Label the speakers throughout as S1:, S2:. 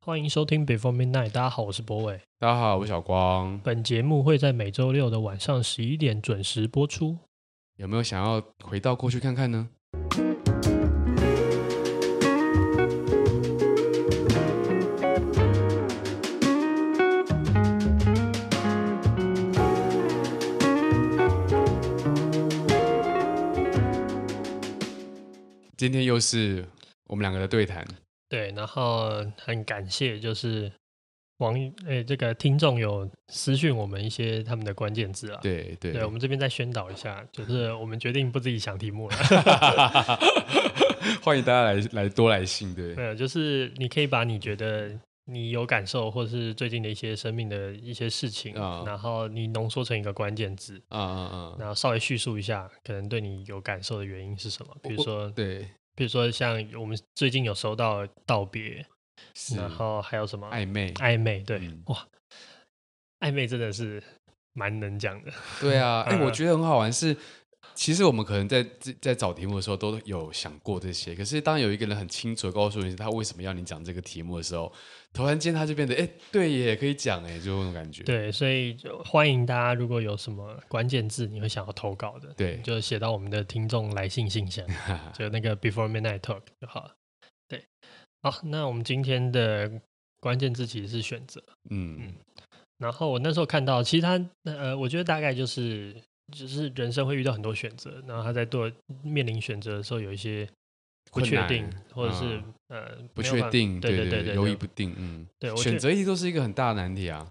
S1: 欢迎收听《Before Midnight》，大家好，我是博伟。
S2: 大家好，我是小光。
S1: 本节目会在每周六的晚上十一点准时播出。
S2: 有没有想要回到过去看看呢？今天又是我们两个的对谈，
S1: 对，然后很感谢就是网友诶、这个听众有私讯我们一些他们的关键字啊。
S2: 对对，
S1: 我们这边再宣导一下，就是我们决定不自己想题目了。
S2: 欢迎大家来来多来信，对
S1: 没有，就是你可以把你觉得你有感受，或是最近的一些生命的一些事情，
S2: 啊
S1: 然后你浓缩成一个关键字，
S2: 啊啊啊，
S1: 然后稍微叙述一下，可能对你有感受的原因是什么。比如说，
S2: 对，
S1: 比如说像我们最近有收到道别，
S2: 是
S1: 然后还有什么
S2: 暧昧，
S1: 暧昧，对，
S2: 嗯
S1: 哇，暧昧真的是蛮能讲的，
S2: 对啊，哎、
S1: 呃
S2: 我觉得很好玩是，其实我们可能在在找题目的时候都有想过这些，可是当有一个人很清楚的告诉你他为什么要你讲这个题目的时候，突然间他就变得哎、对耶，可以讲哎，就那种感觉。
S1: 对，所以就欢迎大家如果有什么关键字你会想要投稿的，
S2: 对
S1: 你就写到我们的听众来信信箱，就那个 Before Midnight Talk 就好了。对，好，那我们今天的关键字其实是选择。
S2: 嗯，
S1: 然后我那时候看到，其实他呃，我觉得大概就是就是人生会遇到很多选择，然后他在做面临选择的时候有一些不
S2: 困
S1: 确
S2: 难
S1: 定，或者是、
S2: 嗯
S1: 呃
S2: 不
S1: 没有办
S2: 确
S1: 法
S2: 定，
S1: 对
S2: 对
S1: 对对，
S2: 犹疑不定，嗯，
S1: 对我觉
S2: 选
S1: 得
S2: 择题都是一个很大的难题啊。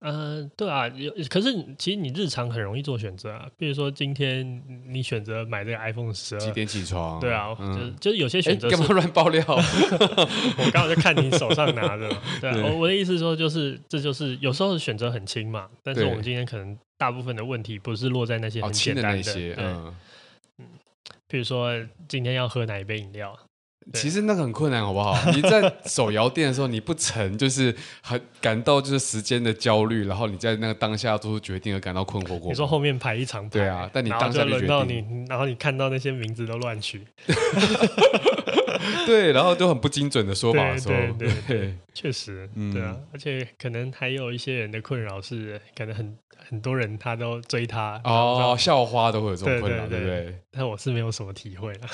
S1: 呃，对啊，有可是你其实你日常很容易做选择啊，比如说今天你选择买这个 iPhone 十
S2: 几
S1: 二。
S2: 点起床？
S1: 呃对啊，
S2: 嗯
S1: 就是就是有些
S2: 哎
S1: 选择是
S2: 干嘛乱爆料？
S1: 我刚好就看你手上拿着 嘛。对啊，
S2: 对
S1: 我我的意思说就是，这就是有时候选择很轻嘛，但是
S2: 对
S1: 我们今天可能大部分的问题不是落在那些
S2: 好
S1: 很
S2: 轻
S1: 简
S2: 的
S1: 单
S2: 那些，
S1: 对，
S2: 嗯，
S1: 比如说今天要喝哪一杯饮料，对
S2: 其实那个很困难，好 不好？你在手摇店的时候，你不曾就是很感到就是时间的焦虑，然后你在那个当下做出决定而感到困惑过吗。
S1: 你说后面排一长排，
S2: 对啊但你
S1: 然后
S2: 当下
S1: 就
S2: 就
S1: 轮
S2: 决
S1: 到
S2: 定
S1: 你，然后你看到那些名字都乱取，
S2: 对，然后都很不精准的说法的时候，
S1: 对对对
S2: 对
S1: 确实，
S2: 嗯
S1: 对啊，而且可能还有一些人的困扰是，可能很很多人他都追他，然后不知道
S2: 哦，校花都会有这种困扰，
S1: 对
S2: 对
S1: 对
S2: 不
S1: 对
S2: 对？
S1: 但我是没有什么体会啦。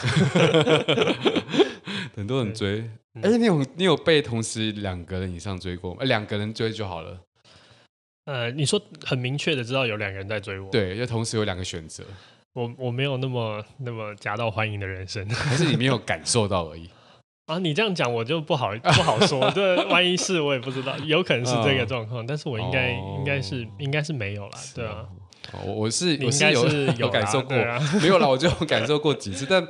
S2: 很多人追，
S1: 嗯
S2: 而且你有你有被同时两个人以上追过吗？呃两个人追就好了，
S1: 呃，你说很明确的知道有两个人在追我，
S2: 对，就同时有两个选择，
S1: 我我没有那么那么夹道欢迎的人生
S2: 还是你没有感受到而已。
S1: 啊。你这样讲我就不好不好 说，这万一是我也不知道，有可能是这个状况，但是我应该、
S2: 嗯哦
S1: 应该是应该是没有啦，对啊，
S2: 哦，我我是
S1: 你
S2: 我
S1: 应该
S2: 有
S1: 有啦
S2: 感受过
S1: 对，啊，
S2: 没有啦，我就有感受过几次，但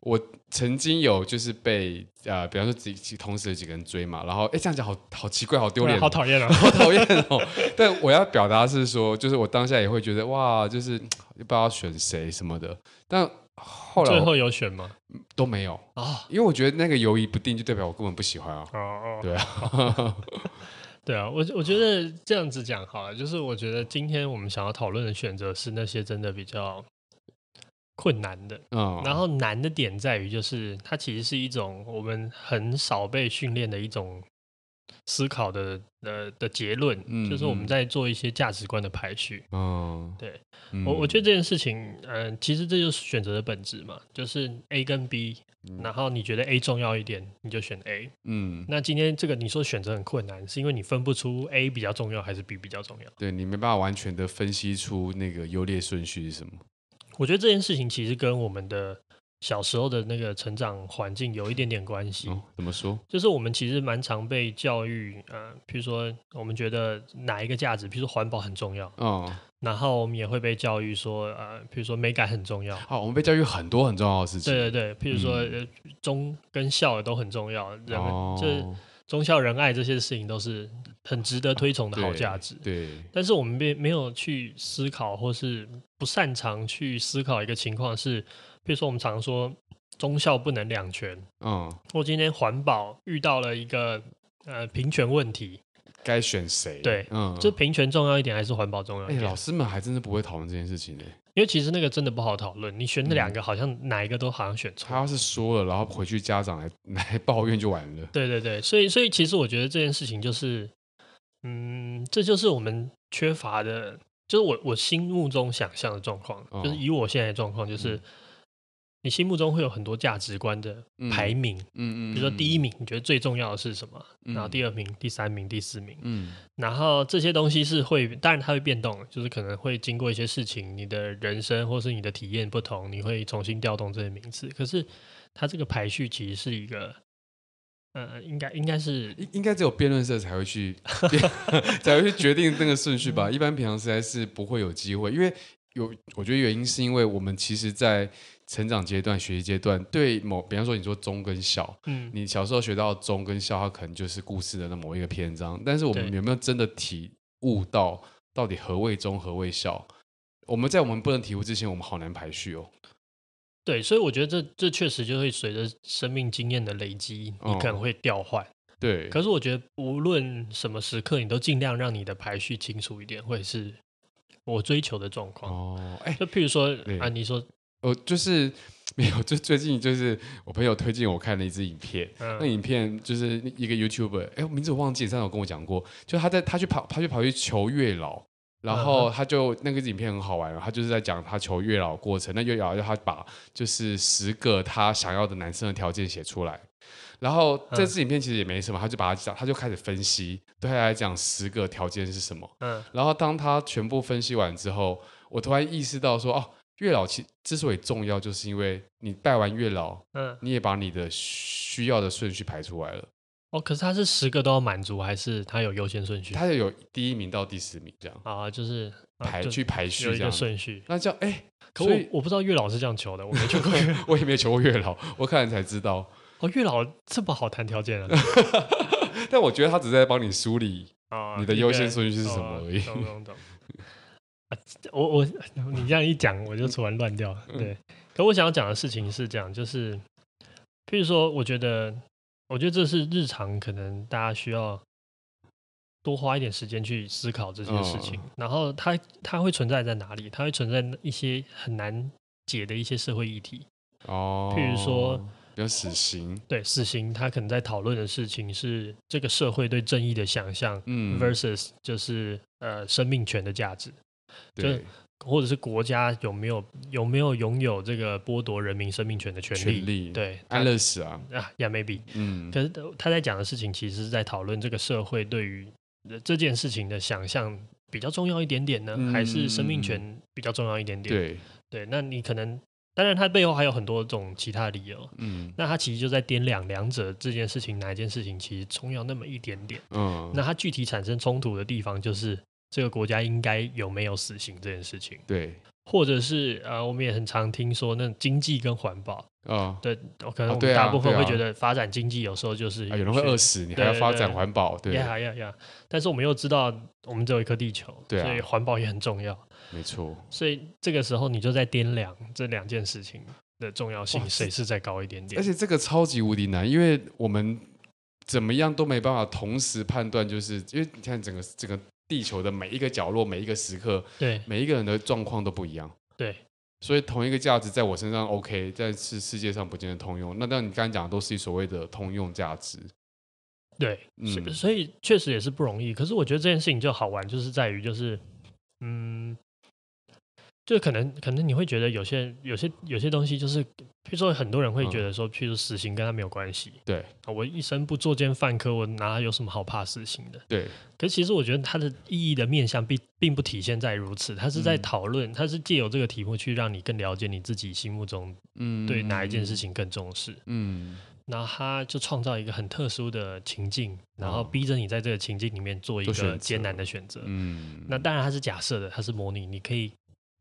S2: 我曾经有就是被呃，比方说几几同时有几个人追嘛，然后哎这样讲好好奇怪，好丢脸哦、
S1: 好讨厌啊。
S2: 好讨厌哦。但我要表达是说，就是我当下也会觉得哇，就是嗯不知道选谁什么的，但后来
S1: 最
S2: 我
S1: 后有选吗？
S2: 都没有，
S1: 啊、
S2: 因为我觉得那个犹疑不定就代表我根本不喜欢啊。
S1: 哦哦，
S2: 对啊，
S1: 对啊，我我觉得这样子讲好了，就是我觉得今天我们想要讨论的选择是那些真的比较困难的，
S2: 嗯，
S1: 然后难的点在于就是它其实是一种我们很少被训练的一种思考的呃的结论，
S2: 嗯
S1: 就是我们在做一些价值观的排序。
S2: 嗯，
S1: 对
S2: 嗯，
S1: 我我觉得这件事情，嗯、其实这就是选择的本质嘛，就是 A 跟 B，然后你觉得 A 重要一点，你就选 A，
S2: 嗯，
S1: 那今天这个你说选择很困难，是因为你分不出 A 比较重要还是 B 比较重要。
S2: 对你没办法完全的分析出那个优劣顺序是什么。
S1: 我觉得这件事情其实跟我们的小时候的那个成长环境有一点点关系。
S2: 哦，怎么说？
S1: 就是我们其实蛮常被教育，呃，比如说我们觉得哪一个价值，比如说环保很重要，
S2: 嗯。
S1: 然后我们也会被教育说，呃，比如说美感很重要，
S2: 好，我们被教育很多很重要的事情。
S1: 对对对，譬如说、呃忠跟孝都很重要，人、
S2: 嗯哦，
S1: 就是忠孝仁爱这些事情都是很值得推崇的好
S2: 对
S1: 价值。
S2: 对，
S1: 但是我们没没有去思考，或是不擅长去思考一个情况是，比如说我们常说忠孝不能两全，
S2: 嗯，
S1: 或今天环保遇到了一个呃平权问题，
S2: 该选谁。
S1: 对
S2: 嗯，
S1: 就平权重要一点还是环保重要一
S2: 哎，
S1: 点？
S2: 老师们还真的不会讨论这件事情呢。
S1: 因为其实那个真的不好讨论，你选那
S2: 嗯
S1: 两个好像哪一个都好像选错。
S2: 他要是说了，然后回去家长来 来抱怨就完了。
S1: 对对对，所以所以其实我觉得这件事情就是，嗯，这就是我们缺乏的，就是我我心目中想象的状况，
S2: 哦
S1: 就是以我现在的状况，就是、你心目中会有很多价值观的
S2: 嗯
S1: 排名，
S2: 嗯
S1: 比如说第一，名你觉得最重要的是什么，
S2: 嗯
S1: 然后第二名、第三名、第四名，
S2: 嗯
S1: 然后这些东西是会，当然它会变动的，就是可能会经过一些事情，你的人生或是你的体验不同，你会重新调动这些名次。可是它这个排序其实是一个，呃，应该应该是
S2: 应应该只有辩论社才会 去 才会去决定那个顺序
S1: 嗯
S2: 吧，一般平常实在是不会有机会，因为有我觉得原因是因为我们其实，在成长阶段、学习阶段，对某比方说你说中跟小，
S1: 嗯，
S2: 你小时候学到中跟校，它可能就是故事的那某一个篇章，但是我们
S1: 对
S2: 有没有真的体悟到到底何谓中，何谓校？我们在我们不能体悟之前，我们好难排序哦。
S1: 对，所以我觉得这这确实就会随着生命经验的累积，你
S2: 哦
S1: 可能会调换。
S2: 对，
S1: 可是我觉得无论什么时刻，你都尽量让你的排序清楚一点，会是我追求的状况。
S2: 哦，哎、
S1: 就譬如说
S2: 对
S1: 啊，你说
S2: 我就是没有，就最近就是我朋友推荐我看了一支影片，
S1: 嗯
S2: 那影片就是一个 YouTuber，哎，我名字我忘记了，上次有跟我讲过，就他在他去跑，他去跑去求月老。然
S1: 嗯
S2: 后他就那个影片很好玩，他就是在讲他求月老的过程。那月老要他把就是十个他想要的男生的条件写出来，然后这支影片其实也没什么，他就把它讲，他就开始分析，对他来讲十个条件是什么。
S1: 嗯
S2: 然后当他全部分析完之后，我突然意识到说，哦，月老其之所以重要，就是因为你拜完月老，
S1: 嗯，
S2: 你也把你的需要的顺序排出来了。
S1: 哦，可是他是十个都要满足，还是他有优先顺序？
S2: 它就有第一名到第十名这样
S1: 嗯啊，就是啊
S2: 排
S1: 就
S2: 去排序
S1: 有一
S2: 这
S1: 个
S2: 样。
S1: 顺序。
S2: 那这样哎，
S1: 可
S2: 所
S1: 我
S2: 以
S1: 我不知道月老是这样求的，我没去过月。
S2: 我也没有求过月老，我看了才知道。
S1: 哦，月老这么好谈条件啊？
S2: 但我觉得他只是在帮你梳理。
S1: 啊，
S2: 你的
S1: 一个
S2: 优先顺序是什么而已
S1: 哦懂懂懂。 啊，我我你这样一讲，我就突然乱掉了。
S2: 嗯
S1: 对，可我想要讲的事情是这样，就是，譬如说，我觉得，我觉得这是日常可能大家需要多花一点时间去思考这些事情。
S2: 哦
S1: 然后它它会存在在哪里？它会存在一些很难解的一些社会议题。
S2: 哦，
S1: 譬如说，
S2: 比如死刑，
S1: 对，死刑，它可能在讨论的事情是这个社会对正义的想象。
S2: 嗯
S1: versus 就是呃生命权的价值，
S2: 对，
S1: 或者是国家有没有有没有拥有这个剥夺人民生命权的权利？
S2: 权利，，
S1: 对，他
S2: 安乐死啊，
S1: 啊，Yeah maybe。
S2: 嗯，
S1: 可是他在讲的事情，其实是在讨论这个社会对于呃这件事情的想象比较重要一点点呢，
S2: 嗯
S1: 还是生命权比较重要一点点？
S2: 对，
S1: 对，那你可能当然，它背后还有很多种其他的理由。
S2: 嗯
S1: 那他其实就在掂量两者这件事情哪一件事情其实重要那么一点点。
S2: 嗯，
S1: 那它具体产生冲突的地方，就是这个国家应该有没有死刑这件事情，
S2: 对，
S1: 或者是呃，我们也很常听说，那经济跟环保，
S2: 啊，
S1: 对，哦可能
S2: 哦
S1: 我
S2: 对
S1: 们
S2: 啊
S1: 大部分
S2: 对
S1: 会
S2: 啊
S1: 觉得发展经济有时候就是
S2: 啊有人会饿
S1: 死，
S2: 死，你还
S1: 对
S2: 要
S1: 对
S2: 发
S1: 对
S2: 展环保，对，
S1: 呀呀呀！但是我们又知道，我们只有一颗地球，
S2: 对啊
S1: 所以环保也很重要，
S2: 没错。
S1: 所以这个时候你就在掂量这两件事情的重要
S2: 哇
S1: 性，谁是再高一点点
S2: 而？且这个超级无敌难，因为我们怎么样都没办法同时判断，就是因为你看整个整个地球的每一个角落、每一个时刻、
S1: 对
S2: 每一个人的状况都不一样，
S1: 对，
S2: 所以同一个价值在我身上 OK，但是世界上不见得通用。那但你刚才讲的都是所谓的通用价值，
S1: 对，
S2: 嗯
S1: 所以所以确实也是不容易。可是我觉得这件事情就好玩，就是在于就是，嗯，就可能可能你会觉得有些有些有些东西就是，譬如说很多人会觉得说，譬如死刑跟他没有关系，
S2: 嗯对
S1: 啊我一生不作奸犯科，我哪有什么好怕死刑的？
S2: 对，
S1: 可是其实我觉得它的意义的面向并并不体现在如此，它是在
S2: 嗯
S1: 讨论，它是借由这个题目去让你更了解你自己心目中
S2: 嗯，
S1: 对哪一件事，情更重视。
S2: 嗯，
S1: 然后他就创造一个很特殊的情境，然后
S2: 哦
S1: 逼着你在这个情境里面做一
S2: 做选
S1: 个
S2: 择
S1: 艰难的选择。
S2: 嗯，
S1: 那当然它是假设的，它是模拟，你可以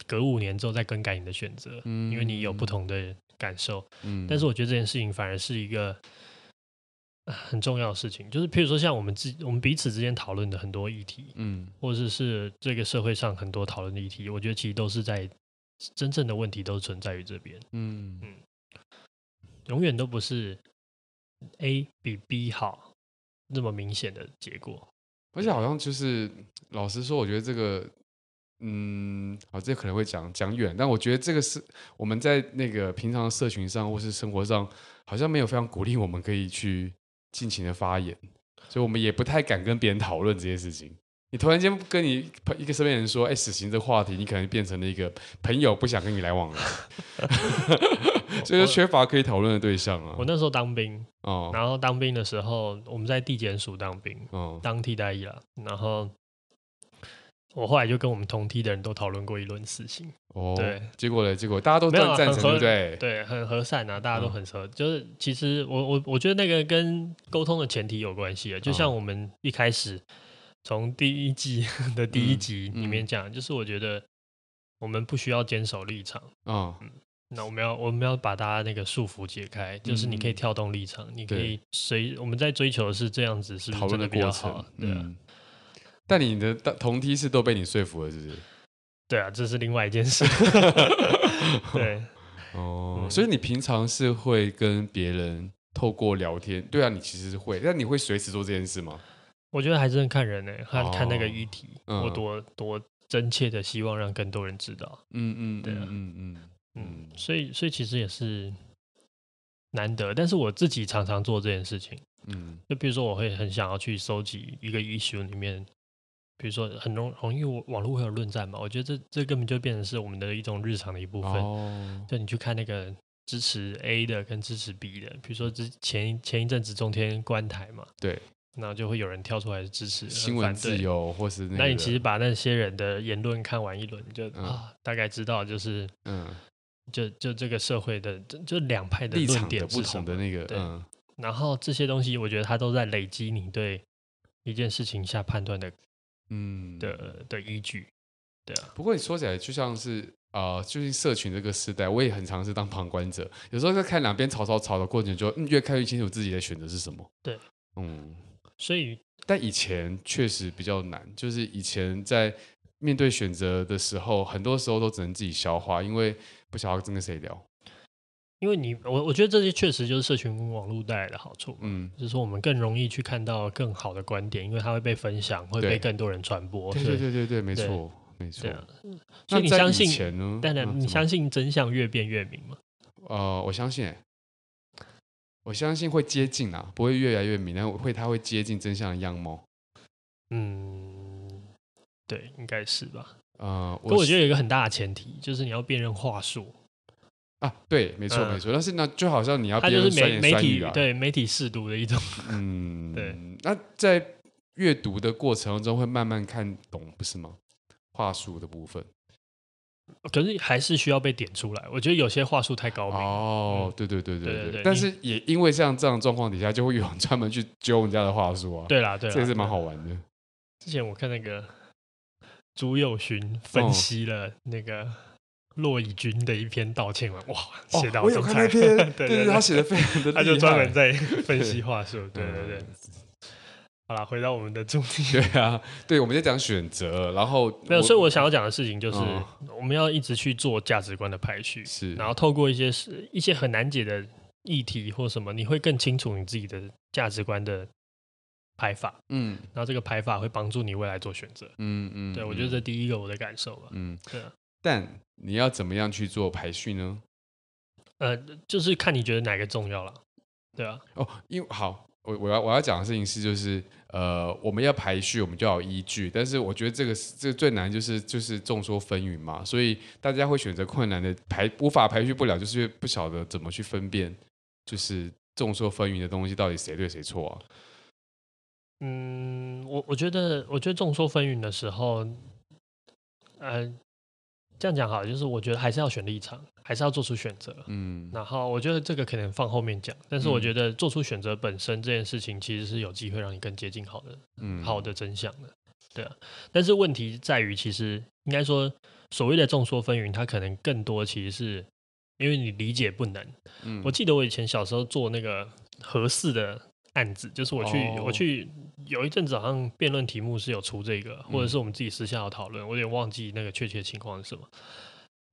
S1: 隔五年之后再更改你的选择，
S2: 嗯
S1: 因为你有不，同的感受。
S2: 嗯
S1: 但是我觉得这件事情反而是一个呃很重要的事情，就是譬如说像我们自我们彼此之间讨论的很多议题，
S2: 嗯，
S1: 或者是这个社会上很多讨论的议题，我觉得其实都是在真正的问题都存在于这边。
S2: 嗯
S1: 嗯永远都不是 A 比 B 好那么明显的结果。
S2: 而且好像就是，老实说，我觉得这个，嗯，啊，这可能会讲讲远，但我觉得这个是我们在那个平常的社群上或是生活上，好像没有非常鼓励我们可以去尽情的发言，所以我们也不太敢跟别人讨论这些事情。你突然间跟你朋一个身边人说，哎，死刑这话题，你可能变成了一个朋友不想跟你来往了， 所以就缺乏可以讨论的对象啊
S1: 我。那时候当兵，
S2: 哦，
S1: 然后当兵的时候，我们在地检署当兵，
S2: 哦，
S1: 当替代役啦。然后我后来就跟我们同梯的人都讨论过一轮事情，
S2: 哦，
S1: 对，
S2: 结果呢？结果大家都
S1: 没有啊
S2: 赞赞
S1: 很
S2: 成，
S1: 合
S2: 对不对？嗯
S1: 对，很和善啊，大家都很和。就是其实我我我觉得那个跟沟通的前提有关
S2: 嗯
S1: 系啊，就像我们一开始从第一季的第一
S2: 嗯
S1: 集里面
S2: 嗯
S1: 讲，就是我觉得我们不需要坚守立场。
S2: 嗯
S1: 那我们要我们要把大家那个束缚解开，就是你可以
S2: 嗯
S1: 跳动立场，你可
S2: 对
S1: 以随我们在追求的是这样子，是不
S2: 讨
S1: 是真
S2: 论
S1: 的
S2: 的
S1: 比较
S2: 过
S1: 好
S2: 程
S1: 啊？，对啊，
S2: 嗯。但你的大同梯是都被你说服了，是不是？
S1: 对啊，这是另外一件事。 对，
S2: 哦，
S1: 嗯
S2: 所以你平常是会跟别人透过聊天，对啊，你其实是会，但你会随时做这件事吗？
S1: 我觉得还是很看人呢、看、看那个
S2: 哦
S1: 议题，
S2: 嗯
S1: 我多多真切的希望让更多人知道。
S2: 嗯嗯，
S1: 对啊
S2: 嗯嗯
S1: 嗯
S2: 嗯，
S1: 所以所以其实也是难得，但是我自己常常做这件事情。
S2: 嗯
S1: 就比如说，我会很想要去收集一个 issue 里面，比如说很容容易网网络会有论战嘛，我觉得这这根本就变成是我们的一种日常的一部
S2: 嗯，
S1: 分。
S2: 哦，
S1: 就你去看那个支持 A 的跟支持 B 的，比如说之前一前一阵子中天观台嘛，
S2: 对，
S1: 那就会有人跳出来支持
S2: 新
S1: 呃
S2: 闻
S1: 反对
S2: 自由或是那
S1: 那
S2: 个
S1: 你其实把那些人的言论看完一轮，你就、
S2: 嗯
S1: 啊大概知道就是
S2: 嗯
S1: 就就这个社会的就就两派的
S2: 立
S1: 论
S2: 场的
S1: 点
S2: 不
S1: 是什
S2: 同
S1: 么
S2: 的那个
S1: 对
S2: 嗯
S1: 然后这些东西，我觉得它都在累积你对一件事情下判断的
S2: 嗯
S1: 的的依据。对啊，
S2: 不过你说起来，就像是啊、呃，最近社群这个时代，我也很常是当旁观者，有时候在看两边吵吵吵的过程中，嗯，越看越清楚自己的选择是什么。
S1: 对，
S2: 嗯，
S1: 所以
S2: 但以前确实比较难，就是以前在面对选择的时候，很多时候都只能自己消化，因为不晓得跟谁聊。
S1: 因为你我我觉得这些确实就是社群网络带来的好处，
S2: 嗯，
S1: 就是说我们更容易去看到更好的观点，因为它会被分享，会被
S2: 对
S1: 更多人传播。
S2: 对
S1: 所
S2: 对
S1: 以
S2: 对对对，没
S1: 对
S2: 错没错
S1: 对。啊，所
S2: 那
S1: 以你
S2: 在
S1: 相
S2: 以
S1: 信，
S2: 前呢？
S1: 当
S2: 啊
S1: 然你
S2: 什么
S1: 相信真相越辩越明嘛？
S2: 呃，我相信欸，我相信会接近啊，不会越来越明，但会它会接近真相的样貌。
S1: 嗯，对，应该是吧。
S2: 呃，
S1: 可我觉
S2: 得。
S1: 得有一个很大的前提，就是你要辨认话术，
S2: 啊，对，没错、
S1: 嗯
S2: 没错，但是呢，就好像你要
S1: 它
S2: 啊辨
S1: 就
S2: 认
S1: 是
S2: 酸
S1: 媒
S2: 言
S1: 媒
S2: 酸
S1: 体
S2: 语啊，，
S1: 对媒体试读的一种。
S2: 嗯，
S1: 对。
S2: 那在阅读的过程中会慢慢看懂，不是吗？话术的部分，
S1: 可是还是需要被点出来。我觉得有些话术太高明，嗯
S2: 哦，对对对
S1: 对
S2: 对
S1: 对对
S2: 但
S1: 你
S2: 是也因为像这样的状况底下，就会有人专门去揪人家的话术啊，，
S1: 对啦对啦，
S2: 这也是蛮
S1: 对。
S2: 好玩的。
S1: 之前我看那个朱佑勋分析了那个骆以军的一篇道歉文，哇， 写到
S2: 嗯哦、我有
S1: 精
S2: 看
S1: 彩
S2: 那篇，
S1: 对
S2: 对
S1: 对
S2: 他写的非常的，
S1: 他就专门，在分析话术，对对对
S2: 嗯。
S1: 好了，回到我们的主题。
S2: 对啊，对，我们在讲选择，然后
S1: 没有，所以我想要讲的事情就是，
S2: 嗯
S1: 我们要一直去做价值观的排序，
S2: 是，
S1: 然后透过一些事一些很难解的议题或什么，你会更清楚你自己的价值观的排法。
S2: 嗯
S1: 然后这个排法会帮助你未来做选择。
S2: 嗯嗯，
S1: 对我觉得
S2: 嗯
S1: 这第一个我的感受吧。
S2: 嗯
S1: 对啊，
S2: 但你要怎么样去做排序呢？
S1: 呃，就是看你觉得哪个重要了。对啊，
S2: 哦，因为好，我我要我要讲的事情是，就是呃，我们要排序，我们就要有依据。但是我觉得这个是这个最难就是就是众说纷纭嘛，所以大家会选择困难的排，无法排序不了，就是因为不晓得怎么去分辨，就是众说纷纭的东西到底谁对谁错啊？
S1: 嗯，我我觉得，我觉得众说纷纭的时候，呃，这样讲好了，就是我觉得还是要选立场，还是要做出选择。
S2: 嗯
S1: 然后我觉得这个可能放后面讲，但是我
S2: 嗯
S1: 觉得做出选择本身这件事情，其实是有机会让你更接近好的
S2: 嗯，
S1: 好的真相的，对啊。但是问题在于，其实应该说，所谓的众说纷纭，它可能更多其实是因为你理解不能。
S2: 嗯，
S1: 我记得我以前小时候做那个合适的案子，就是我去、
S2: 哦
S1: 我去有一阵子好像辩论题目是有出这个，
S2: 嗯
S1: 或者是我们自己私下有讨论，我有点忘记那个确切情况是什么。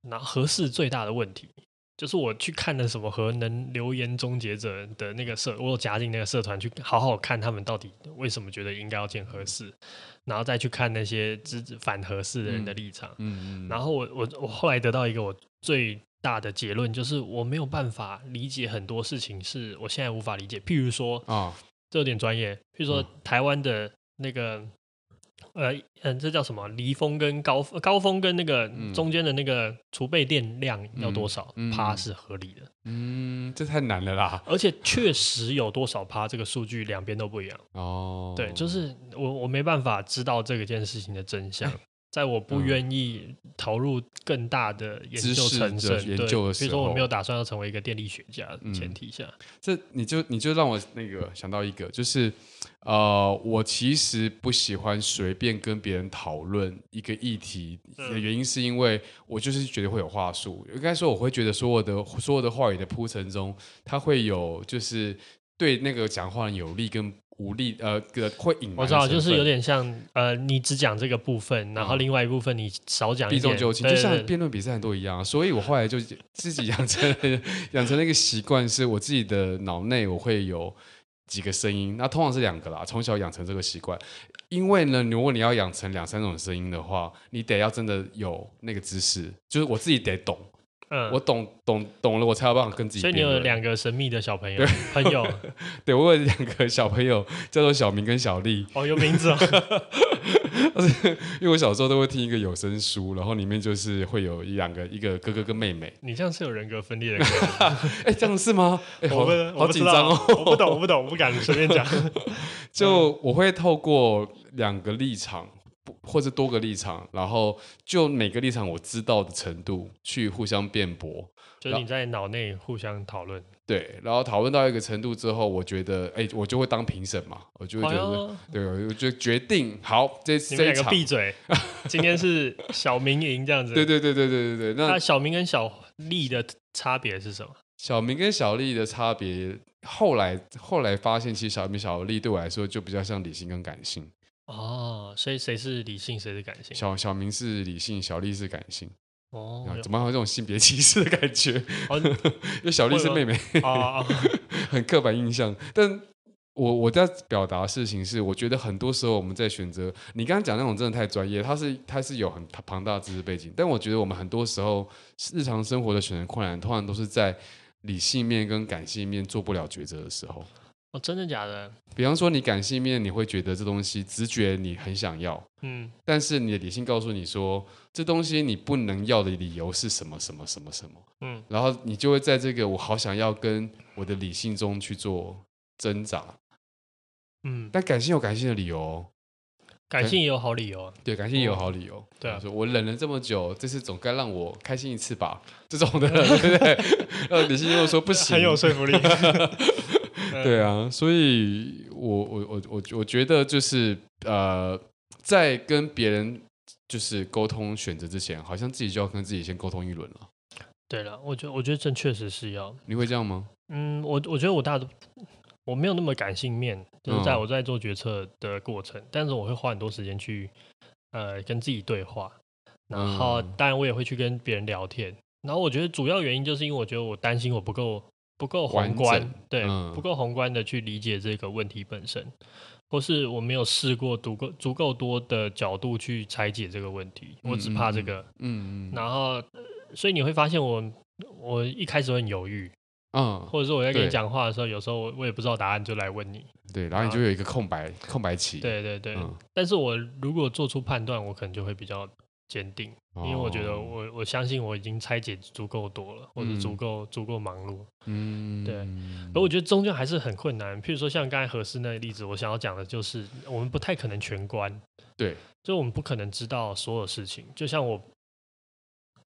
S1: 然后合适最大的问题就是我去看了什么核能留言终结者的那个社，我有加进那个社团去好好看他们到底为什么觉得应该要建核适，然后再去看那些支持反核适的人的立场。
S2: 嗯，
S1: 然后我我我后来得到一个我最大的结论，就是我没有办法理解很多事情，是我现在无法理解。譬如说，
S2: 啊，
S1: 这有点专业，譬如说
S2: 嗯
S1: 台湾的那个。呃，嗯，这叫什么？离峰跟高高峰跟那个
S2: 嗯
S1: 中间的那个储备电量要多少
S2: 嗯嗯
S1: 趴是合理的？
S2: 嗯，这太难了啦。
S1: 而且确实有多少趴，这个数据两边都不一样。
S2: 哦，
S1: 对，就是我我没办法知道这个件事情的真 相，在我不
S2: 嗯
S1: 愿意投入更大的研
S2: 知
S1: 究
S2: 识
S1: 成
S2: 的
S1: 分，
S2: 研
S1: 对
S2: 究的
S1: 比
S2: 时
S1: 如说我
S2: 候
S1: 没有打算要成为一个电力学家的前
S2: 嗯
S1: 提下，
S2: 这你就你就让我那个想到一个，就是呃，我其实不喜欢随便跟别人讨论一个议题的
S1: 嗯
S2: 原因，是因为我就是觉得会有话术。应该说，我会觉得所有的所有的话语的铺陈中，它会有就是对那个讲话人有利跟无利，呃，个会隐瞒的
S1: 我知道，
S2: 成
S1: 就是
S2: 分
S1: 有点像呃，你只讲这个部分，然后
S2: 嗯
S1: 另外一部分你少讲一
S2: 避重
S1: 点，
S2: 就轻，
S1: 对
S2: 就
S1: 对
S2: 像
S1: 对
S2: 辩论比赛很多一样啊。所以我后来就自己养成养成了一个习惯，是我自己的脑内我会有几个声音，那通常是两个啦。从小养成这个习惯，因为呢，如果你要养成两三种声音的话，你得要真的有那个知识，就是我自己得懂，
S1: 嗯，
S2: 我懂懂懂了，我才有办法跟自己
S1: 所以
S2: 辩
S1: 你
S2: 论。
S1: 有两个神秘的小朋友朋 友
S2: 对我有两个小朋友叫做小明跟小丽，
S1: 哦，有名字哦，
S2: 因为我小时候都会听一个有声书，然后里面就是会有一两个一个哥哥跟妹妹。
S1: 你这样是有人格分 裂的可能。
S2: 哎，这样是吗？哎，好
S1: 我不，我
S2: 好
S1: 不知
S2: 紧
S1: 道
S2: 张哦。
S1: 我不懂，我不懂，我不敢随便 讲。
S2: 就我会透过两个立场，不或者多个立场，然后就每个立场我知道的程度去互相辩驳，
S1: 就是你在脑内互相讨论，
S2: 对，然后讨论到一个程度之后，我觉得，哎、我就会当评审嘛，我就会觉
S1: 哎
S2: 得，
S1: 呦
S2: 对，我就决定好这
S1: 你们
S2: 这一
S1: 两个
S2: 场，
S1: 闭嘴。 今天是小明赢这样子。
S2: 对对对对对对对。
S1: 那
S2: 那
S1: 小明跟小丽的差别是什么？
S2: 小明跟小丽的差别，后来后来发现，其实小明小丽对我来说就比较像理性跟感性，
S1: 哦，所以谁是理性，谁是感性？
S2: 小小明是理性，小丽是感性，
S1: 哦，
S2: 啊
S1: 有
S2: 怎么会有这种性别歧视的感觉？
S1: 哦
S2: 因为小丽是妹妹，
S1: 哦，哦
S2: 很刻板印象。但我我在表达的事情是，我觉得很多时候我们在选择，你刚刚讲那种真的太专业，它是它是有很庞大的知识背景，但我觉得我们很多时候日常生活的选择困难，通常都是在理性面跟感性面做不了抉择的时候。
S1: 哦，真的假的？
S2: 比方说，你感性面你会觉得这东西直觉你很想要，
S1: 嗯，
S2: 但是你的理性告诉你说，这东西你不能要的理由是什么什么什么什么，
S1: 嗯，
S2: 然后你就会在这个我好想要跟我的理性中去做挣扎，
S1: 嗯，
S2: 但感性有感性的理由、哦，
S1: 感性也有好理由啊。
S2: 对，感性也有好理由。
S1: 对啊
S2: 说我忍了这么久，这次总该让我开心一次吧，这种的， 对不对？然后理性又说不行，
S1: 很有说服 力。
S2: 对啊，所以我我我我我觉得就是呃，在跟别人就是沟通选择之前，好像自己就要跟自己先沟通一轮了。
S1: 对了，我觉得我觉得这确实是要，
S2: 你会这样吗？
S1: 嗯，我我觉得我大我没有那么感性面，就是在
S2: 嗯
S1: 我在做决策的过程，但是我会花很多时间去呃跟自己对话，然后
S2: 嗯
S1: 当然我也会去跟别人聊天，然后我觉得主要原因就是因为我觉得我担心我不够不够宏
S2: 完
S1: 观
S2: 整，
S1: 对，
S2: 嗯
S1: 不够宏观的去理解这个问题本身，或是我没有试过足够足够多的角度去拆解这个问题，我只怕这个，
S2: 嗯嗯
S1: 然后呃所以你会发现我我一开始会很犹豫，
S2: 嗯，
S1: 或者是我在跟你
S2: 对
S1: 讲话的时候，有时候我我也不知道答案，就来问你。
S2: 对，然后你就有一个空白空白期。，
S1: 对对对，
S2: 嗯
S1: 但是我如果做出判断，我可能就会比较坚定，
S2: 因
S1: 因为我觉得我我相信我已经拆解足够多了，或者
S2: 嗯
S1: 足够、足够忙碌。
S2: 嗯
S1: 对而我觉得终究还是很困难。譬如说像刚才合适那个例子，我想要讲的就是，我们不太可能全观，
S2: 对，
S1: 就我们不可能知道所有事情。就像我，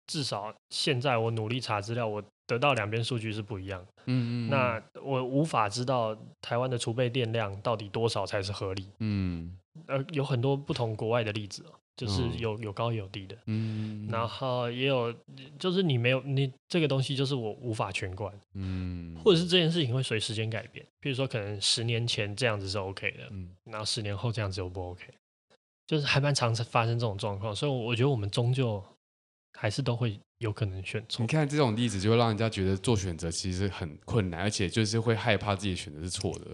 S1: 至少现在我努力查资料，我得到两边数据是不一样的。
S2: 嗯嗯
S1: 那我无法知道台湾的储备电量到底多少才是合理。
S2: 嗯
S1: 呃，有很多不同国外的例子哦，就是
S2: 嗯
S1: 有有高有低的，
S2: 嗯，
S1: 然后也有就是你没有你这个东西就是我无法全观，
S2: 嗯，
S1: 或者是这件事情会随时间改变。比如说可能十年前这样子是 OK 的，
S2: 嗯
S1: 然后十年后这样子又不 OK，就是还蛮常发生这种状况，所以我我觉得我们终究还是都会有可能选错
S2: 你。看这种例子，就会让人家觉得做选择其实很困难，而且就是会害怕自己的选择是错的。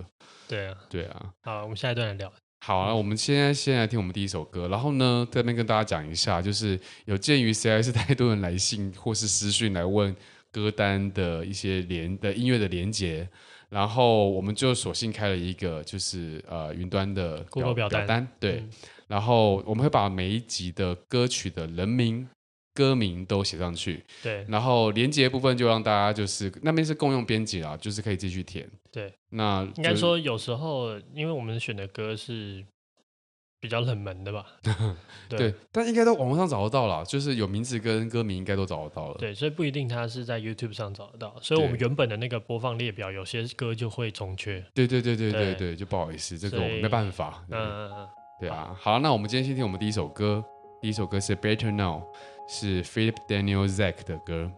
S1: 对啊，
S2: 对啊，
S1: 好，我们下一段来聊。
S2: 好啊，我们现在先来听我们第一首歌，然后呢，这边跟大家讲一下，就是有鉴于实在是太多人来信或是私讯来问歌单的一些连的音乐的连接，然后我们就索性开了一个就是呃云端的
S1: Google 表单
S2: 单，对，
S1: 嗯
S2: 然后我们会把每一集的歌曲的人名、歌名都写上去，
S1: 对
S2: 然后连接部分就让大家就是那边是共用编辑啦，就是可以继续填。
S1: 对，
S2: 那
S1: 应该
S2: 就是
S1: 说有时候因为我们选的歌是比较冷门的吧，
S2: 对
S1: 对，
S2: 但应该在网络上找得到啦，就是有名字跟歌名应该都找得到了。
S1: 对，所以不一定它是在 YouTube 上找得到，所以我们
S2: 对
S1: 原本的那个播放列表有些歌就会重缺。
S2: 对对对对对
S1: 对
S2: 对，就不好意思，这个我
S1: 所
S2: 们
S1: 以
S2: 没办法。对
S1: 嗯，
S2: 对啊，好，那我们今天先听我们第一首歌，第一首歌是《Better Now》，是 Philip Daniel Zack 的歌。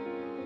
S3: Thank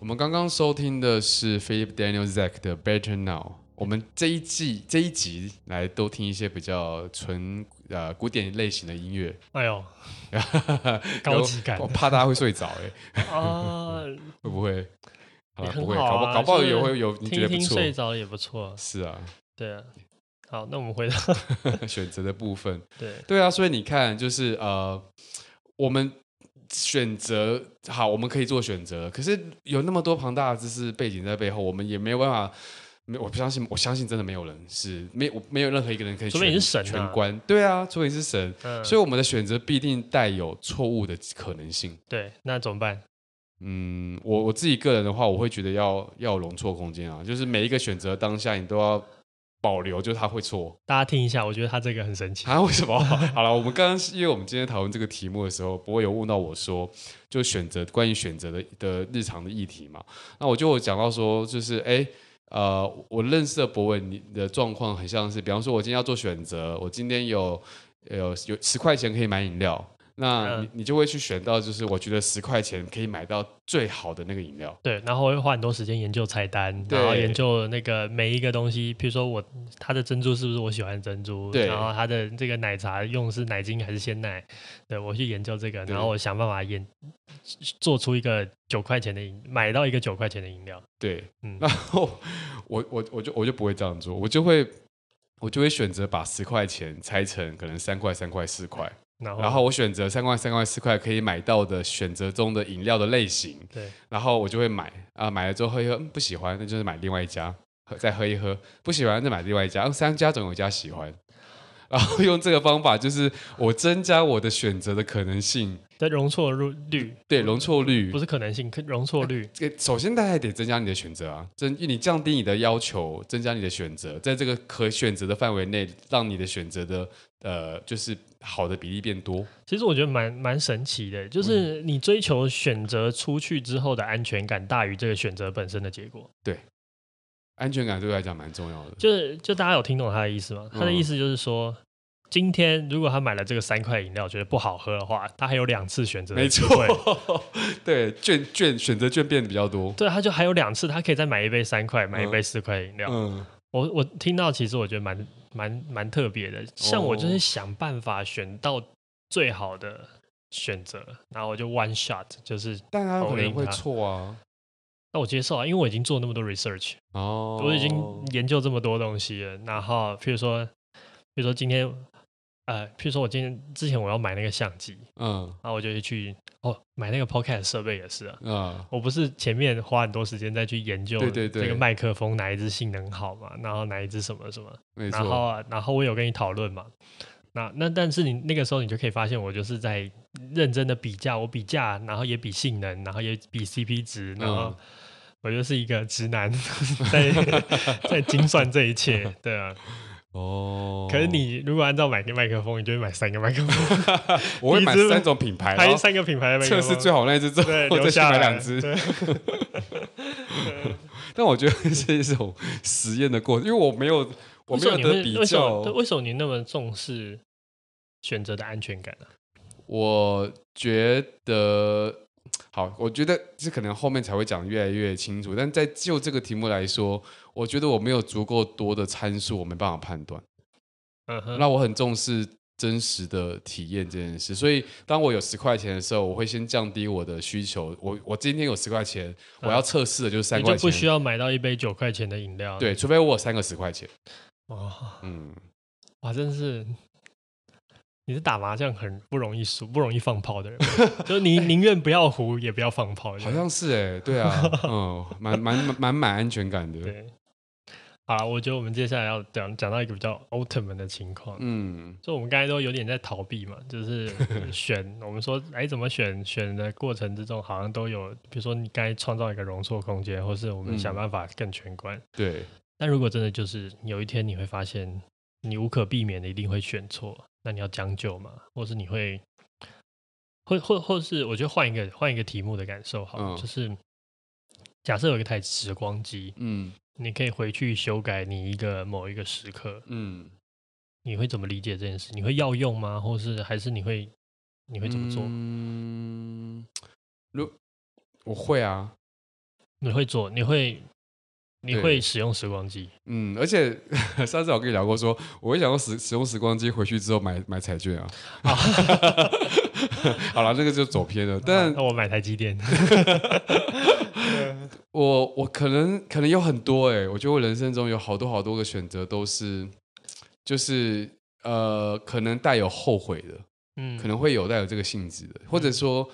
S2: 我们刚刚收听的是 Philip Daniel Zack 的 Better Now。我们这一季这一集来都听一些比较纯呃古典类型的音乐，
S1: 哎呦， 高级感
S2: 我怕大家会睡着哎、
S1: 啊，
S2: 会不会？好
S1: 也
S2: 啦
S1: 很
S2: 不会，
S1: 好
S2: 搞不
S1: 啊
S2: 搞不好
S1: 就是
S2: 也会 有你觉
S1: 听
S2: 得不
S1: 听
S2: 错，
S1: 睡着也不错，
S2: 是啊，
S1: 对啊。好，那我们回到
S2: 选择的部分，
S1: 对
S2: 对啊，所以你看，就是呃，我们选择好，我们可以做选择，可是有那么多庞大的知识背景在背后，我们也没有办法。没，我不相信，我相信真的没有人是没有没有任何一个人可以
S1: 除
S2: 全
S1: 非你是神啊
S2: 全关，对啊，除非你是神，
S1: 嗯
S2: 所以我们的选择必定带有错误的可能性。
S1: 对，那怎么办？
S2: 嗯，我我自己个人的话，我会觉得要要有容错空间啊，就是每一个选择当下你都要保留，就是他会错，
S1: 大家听一下，我觉得他这个很神奇。
S2: 啊，为什么？ 好了，我们刚刚是因为我们今天讨论这个题目的时候，不会有问到我说，就选择关于选择的的日常的议题嘛？那我就有讲到说，就是哎、呃，我认识的博文，你的状况很像是，比方说，我今天要做选择，我今天有有有十块钱可以买饮料，那
S1: 嗯
S2: 你你就会去选到，就是我觉得十块钱可以买到最好的那个饮料。
S1: 对，然后会花很多时间研究菜单，
S2: 对
S1: 然后研究那个每一个东西，比如说我它的珍珠是不是我喜欢的珍珠，
S2: 对
S1: 然后它的这个奶茶用是奶精还是鲜奶，对我去研究这个，
S2: 对
S1: 然后我想办法研做出一个九块钱的饮，买到一个九块钱的饮料，
S2: 对，
S1: 嗯
S2: 然后我我我就我就不会这样做，我就会我就会选择把十块钱拆成可能三块、三块、四块，
S1: 然后
S2: 然后我选择三块、三块、四块可以买到的选择中的饮料的类型，
S1: 对，
S2: 然后我就会买啊，买了之后喝一喝，嗯不喜欢那就是买另外一家，喝再喝一喝，不喜欢再买另外一家，嗯三家总有一家喜欢。 然后用这个方法，就是我增加我的选择的可能性，
S1: 但容错率
S2: 对容错率
S1: 不是可能性，可容错率
S2: 这个首先大家得增加你的选择啊，增你降低你的要求，增加你的选择，在这个可选择的范围内，让你的选择的呃，就是好的比例变多。
S1: 其实我觉得蛮蛮神奇的，就是
S2: 嗯
S1: 你追求选择出去之后的安全感大于这个选择本身的结果。
S2: 安全感对我来讲蛮重要的。
S1: 就是就大家有听懂他的意思吗？他的意思就是
S2: 嗯
S1: 说，今天如果他买了这个三块饮料，觉得不好喝的话，他还有两次选择的
S2: 没
S1: 机
S2: 错
S1: 会。，
S2: 对券券选择券变得比较多。
S1: 对，他就还有两次，他可以再买一杯三块，买一杯四块饮料。
S2: 嗯，
S1: 我我听到，其实我觉得蛮蛮蛮特别的。像我就是想办法选到最好的选择，然后我就 one shot，就是
S2: 但他有可
S1: 否
S2: 能
S1: 定
S2: 会
S1: 它
S2: 错啊。
S1: 那我接受啊，因为我已经做那么多 research，
S2: 哦，
S1: 我已经研究这么多东西了，然后譬如说，譬如说今天，呃，譬如说我今天之前我要买那个相机，
S2: 嗯
S1: 然后我就去哦买那个 podcast 设备也是啊，
S2: 啊
S1: 我不是前面花很多时间再去研究
S2: 对对对
S1: 这个麦克风哪一支性能好嘛，然后哪一支什么什么，
S2: 没
S1: 然后
S2: 错，
S1: 啊然后我有跟你讨论嘛，那那但是你那个时候你就可以发现我就是在认真的比价，我比价，然后也比性能，然后也比 CP 值，然后
S2: 嗯
S1: 我就是一个直男在在精算这一切，对啊。
S2: 哦，
S1: 可是你如果按照买个麦克风，你就会买三个麦克风，
S2: 我会买
S1: 第一支
S2: 三种品牌，
S1: 还
S2: 然
S1: 是
S2: 后
S1: 三个品牌的麦克
S2: 测
S1: 风，
S2: 试最好那一只之后
S1: 对，，
S2: 再
S1: 留
S2: 去
S1: 下
S2: 买
S1: 来
S2: 两只。
S1: 对
S2: 但我觉得是一种实验的过程，因为我没有
S1: 为
S2: 我没
S1: 什
S2: 有
S1: 么你
S2: 得
S1: 会
S2: 比
S1: 为什么对
S2: 较，
S1: 为什么你那么重视选择的安全感呢、啊
S2: 我觉得好，我觉得这可能后面才会讲得越来越清楚。但在就这个题目来说，我觉得我没有足够多的参数，我没办法判断。
S1: 嗯哼，
S2: 那我很重视真实的体验这件事，所以当我有十块钱的时候，我会先降低我的需求。我我今天有十块钱，我要测试的就是三
S1: 嗯你就
S2: 块
S1: 不需
S2: 钱，
S1: 要买到一杯九块钱的饮料。，
S2: 对，除非我有三个十块钱，
S1: 哦，
S2: 嗯。
S1: 哇，真是，你是打麻将很不容易输、不容易放炮的 人，就是你宁愿不要胡，也不要放炮。
S2: 好像是哎、对啊，嗯，蛮蛮蛮蛮安全感的，
S1: 对。好了，我觉得我们接下来要讲讲到一个比较 ultimate 的情况，
S2: 嗯，
S1: 就我们刚才都有点在逃避嘛，就是 选我们说，哎，怎么选？选的过程之中，好像都有，比如说你刚才创造一个容错空间，或是我们
S2: 嗯
S1: 想办法更全观。
S2: 对，
S1: 但如果真的就是有一天你会发现，你无可避免的一定会选错，那你要将就嘛，或是你会，或或或是我觉得换一个换一个题目的感受好了，
S2: 嗯
S1: 就是假设有一台时光机，
S2: 嗯
S1: 你可以回去修改你一个某一个时刻，
S2: 嗯，
S1: 你会怎么理解这件事？你会要用吗？或是还是你会你
S2: 你
S1: 会怎么做？
S2: 嗯，如我会啊，
S1: 你会做，你会你
S2: 对
S1: 会使用时光机，
S2: 嗯，而且上次我跟你聊过说，我会想要使使用时光机回去之后买买彩券啊。好了，这个就走偏了。但
S1: 那我买台积电，
S2: 我我可能可能有很多哎、我觉得我人生中有好多好多个选择都是，就是呃，可能带有后悔的，
S1: 嗯，
S2: 可能会有带有这个性质的，或者说，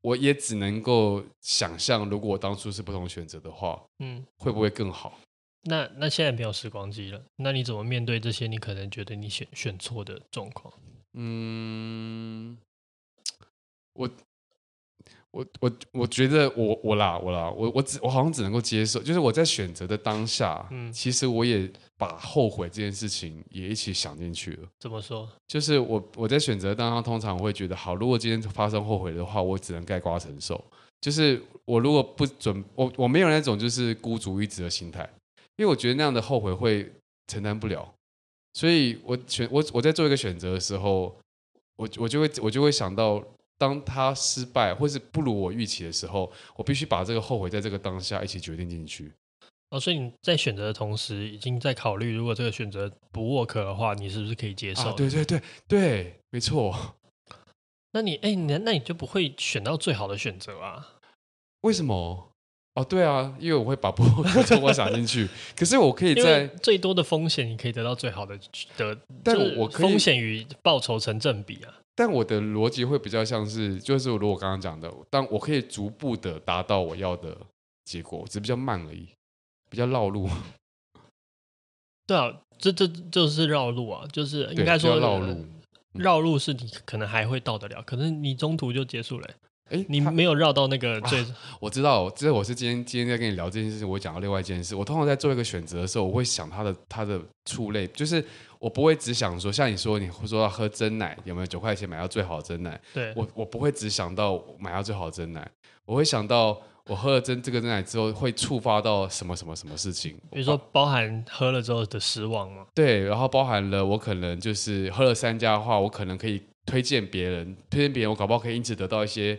S2: 我也只能够想象，如果我当初是不同选择的话，
S1: 嗯，
S2: 会不会更好？
S1: 那那现在没有时光机了，那你怎么面对这些你可能觉得你选选错的状况？
S2: 嗯，我我我我觉得我我啦我啦我我只我好像只能够接受，就是我在选择的当下，
S1: 嗯
S2: 其实我也把后悔这件事情也一起想进去了。
S1: 怎么说？
S2: 就是我我在选择当中，通常我会觉得，好，如果今天发生后悔的话，我只能盖瓜承受。就是我如果不准，我我没有那种就是孤注一掷的心态，因为我觉得那样的后悔会承担不了。所以我选我我在做一个选择的时候，我我就会我就会想到，当他失败或是不如我预期的时候，我必须把这个后悔在这个当下一起决定进去。
S1: 哦，所以你在选择的同时，已经在考虑，如果这个选择不 work 的话，你是不是可以接受的？
S2: 啊，对对对对，没错。
S1: 那你哎，你那你就不会选到最好的选择啊？
S2: 为什么？哦，对啊，因为 我会把不好的我想进去，可是我可以
S1: 因为
S2: 在，
S1: 最多的风险，你可以得到最好的的，
S2: 但
S1: 就是
S2: 我可以
S1: 风，险与报酬成正比啊。
S2: 但我的逻辑会比较像是，就是如我刚刚讲的，但我可以逐步的达到我要的结果，只是比较慢而已，比较绕路。
S1: 对啊，这这这就是绕路啊，就是
S2: 对
S1: 应该说
S2: 比较绕路。嗯
S1: 绕路是你可能还会到得了，可是你中途就结束了欸、
S2: 哎，
S1: 你
S2: 他
S1: 没有绕到那个最、
S2: 我知道，这我是今天今天在跟你聊这件事情，我讲到另外一件事。我通常在做一个选择的时候，我会想它的它的触类，就是我不会只想说，像你说你会说要喝真奶，有没有九块钱买到最好的真奶？
S1: 对，
S2: 我我不会只想到买到最好的真奶，我会想到我喝了真这个真奶之后会触发到什么什么什么事情，
S1: 比如说包含喝了之后的失望嘛，
S2: 对，然后包含了我可能就是喝了三家的话，我可能可以推荐别人，推荐别人，我搞不好可以因此得到一些。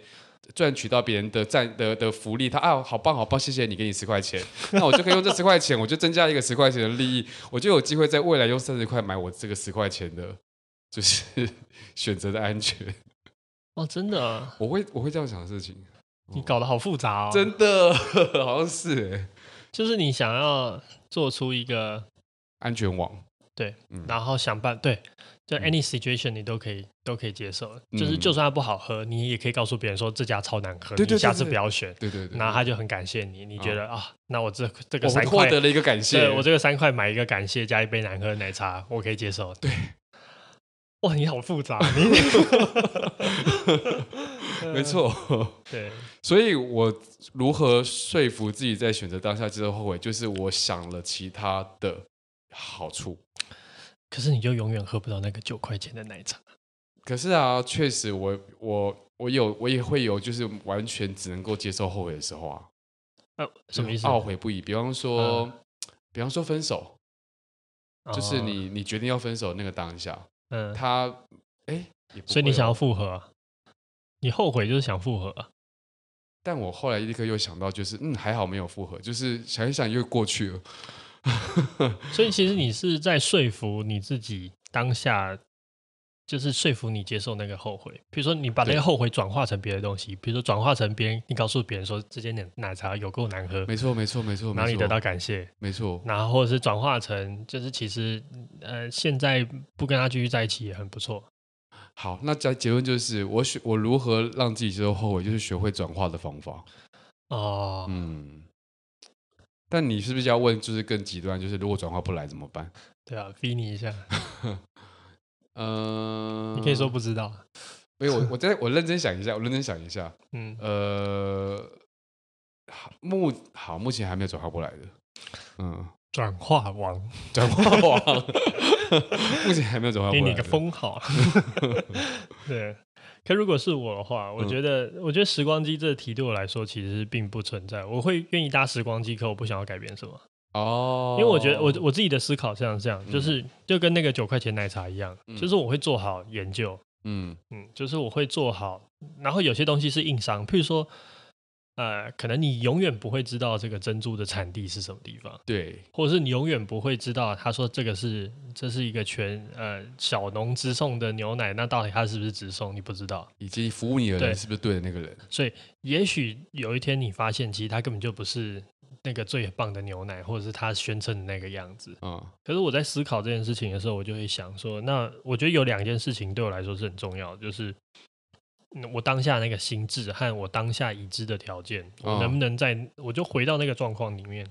S2: 赚取到别人的赞的的福利，他啊，好棒好棒，谢谢你，给你十块钱，那我就可以用这十块钱，我就增加一个十块钱的利益，我就有机会在未来用三十块买我这个十块钱的，就是 选择的安全。
S1: 哦，真的啊，
S2: 我会我会这样想的事情。
S1: 你搞得好复杂哦，
S2: 嗯真的 好像是欸
S1: 就是你想要做出一个，
S2: 安全网，
S1: 然后想办对，就
S2: 嗯
S1: any situation 你都可以都可以接受，就是
S2: 嗯
S1: 就算它不好喝，你也可以告诉别人说这家超难喝，
S2: 对对
S1: 你下
S2: 对
S1: 次
S2: 对
S1: 不要选，
S2: 对对对，
S1: 然后他就很感谢你，你觉得啊，那我这这个
S2: 我
S1: 三
S2: 获
S1: 块
S2: 得了一个感谢，
S1: 对我这个三块买一个感谢加一杯难喝的奶茶，我可以接受。对，哇，你好复杂，你
S2: 没。错。
S1: 对，
S2: 所以我如何说服自己在选择当下之后后悔，就是我想了其他的好处。
S1: 可是你就永远喝不到那个九块钱的奶茶。
S2: 可是啊，确实我我我有我也会有，就是完全只能够接受后悔的时候啊，
S1: 呃，什么意思？
S2: 嗯
S1: 嗯
S2: 懊悔不已。比方说，比方说分手，
S1: 哦
S2: 就是，你你决定要分手那个当下，
S1: 嗯，
S2: 他哎，也不
S1: 所以你
S2: 会
S1: 想
S2: 哦
S1: 要复合啊，你后悔就是想复合啊。
S2: 但我后来立刻又想到，就是嗯，还好没有复合，就是想一想又过去了。
S1: 所以其实你是在说服你自己当下。就是说服你接受那个后悔，比如说你把那
S2: 对
S1: 个后悔转化成别的东西，比如说转化成别人，你告诉别人说这间奶奶茶有够难喝，
S2: 没错，没错，没错，
S1: 然后
S2: 没
S1: 你
S2: 错
S1: 得到感谢，
S2: 没错，
S1: 然后或者是转化成就是其实呃现在不跟他继续在一起也很不错。
S2: 好，那结结论就是，我学我如何让自己接受后悔，就是学会转化的方法。
S1: 哦，
S2: 嗯，但你是不是要问，就是更极端，就是如果转化不来怎么办？
S1: 对啊，逼你一下，
S2: 嗯、
S1: 你可以说，不知道。
S2: 没有，我我在我认真想一下，我认真想一下，
S1: 嗯，
S2: 呃，好目好，目前还没有转化过来的，嗯，
S1: 转化王，
S2: 转化王， 目前还没有转化过
S1: 给
S2: 来的，
S1: 你个封号。 对，可如果是我的话，
S2: 嗯
S1: 我觉得、我觉得时光机这个题对我来说其实并不存在。我会愿意搭时光机，可我不想要改变什么，
S2: 哦，
S1: 因为我觉得我我自己的思考像这样，就是、就跟那个九块钱奶茶一样，
S2: 嗯
S1: 就是我会做好研究，
S2: 嗯
S1: 嗯，就是我会做好，然后有些东西是硬伤，譬如说，呃，可能你永远不会知道这个珍珠的产地是什么地方，
S2: 对，
S1: 或者是你永远不会知道他说这个是这是一个全呃小农直送的牛奶，那到底它是不是直送，你不知道。
S2: 以及服务你的
S1: 对
S2: 人是不是对的那个人？
S1: 所以也许有一天你发现，其实它根本就不是那个最棒的牛奶，或者是它宣称的那个样子。
S2: 嗯，
S1: 可是我在思考这件事情的时候，我就会想说，那我觉得有两件事情对我来说是很重要的，就是嗯我当下那个心智和我当下已知的条件，我
S2: 嗯
S1: 能不能在、我就回到那个状况里面，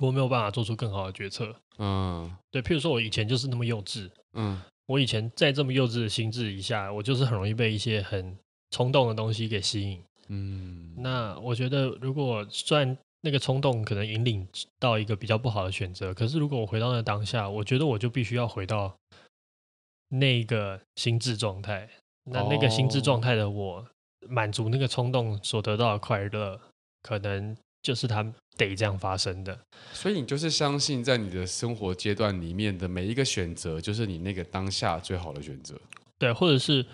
S1: 我没有办法做出更好的决策。
S2: 嗯
S1: 对，譬如说我以前就是那么幼稚，
S2: 嗯
S1: 我以前在这么幼稚的心智以下，我就是很容易被一些很冲动的东西给吸引。
S2: 嗯，
S1: 那我觉得，如果虽然那个冲动可能引领到一个比较不好的选择，可是如果我回到那当下，我觉得我就必须要回到那个心智状态。那那个心智状态的我，满足那个冲动所得到的快乐，可能就是它得这样发生的。
S2: 所以你就是相信在你的生活阶段里面的每一个选择，就是你那个当下最好的选择。
S1: 对，或者是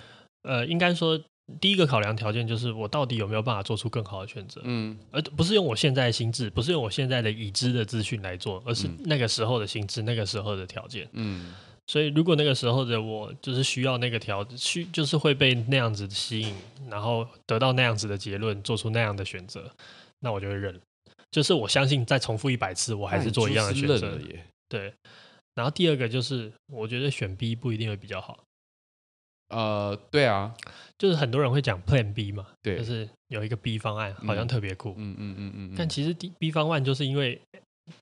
S1: 呃，应该说第一个考量条件就是我到底有没有办法做出更好的选择。
S2: 嗯
S1: 而不是用我现在的心智，不是用我现在的已知的资讯来做，而是
S2: 嗯
S1: 那个时候的心智，那个时候的条件。
S2: 嗯
S1: 所以，如果那个时候的我就是需要那个条，需就是会被那样子吸引，然后得到那样子的结论，做出那样的选择，那我就会认了。就是我相信再重复一百次，我还
S2: 那
S1: 是
S2: 你
S1: 做一
S2: 就
S1: 样的
S2: 是
S1: 选
S2: 认
S1: 择
S2: 了。耶。
S1: 对。然后第二个就是，我觉得选 B 不一定会比较好，
S2: 呃，对啊，
S1: 就是很多人会讲 Plan B 嘛，
S2: 对，
S1: 就是有一个 B 方案，好像
S2: 嗯
S1: 特别酷。
S2: 嗯嗯嗯嗯，
S1: 但
S2: 嗯
S1: 其实 D B 方案就是因为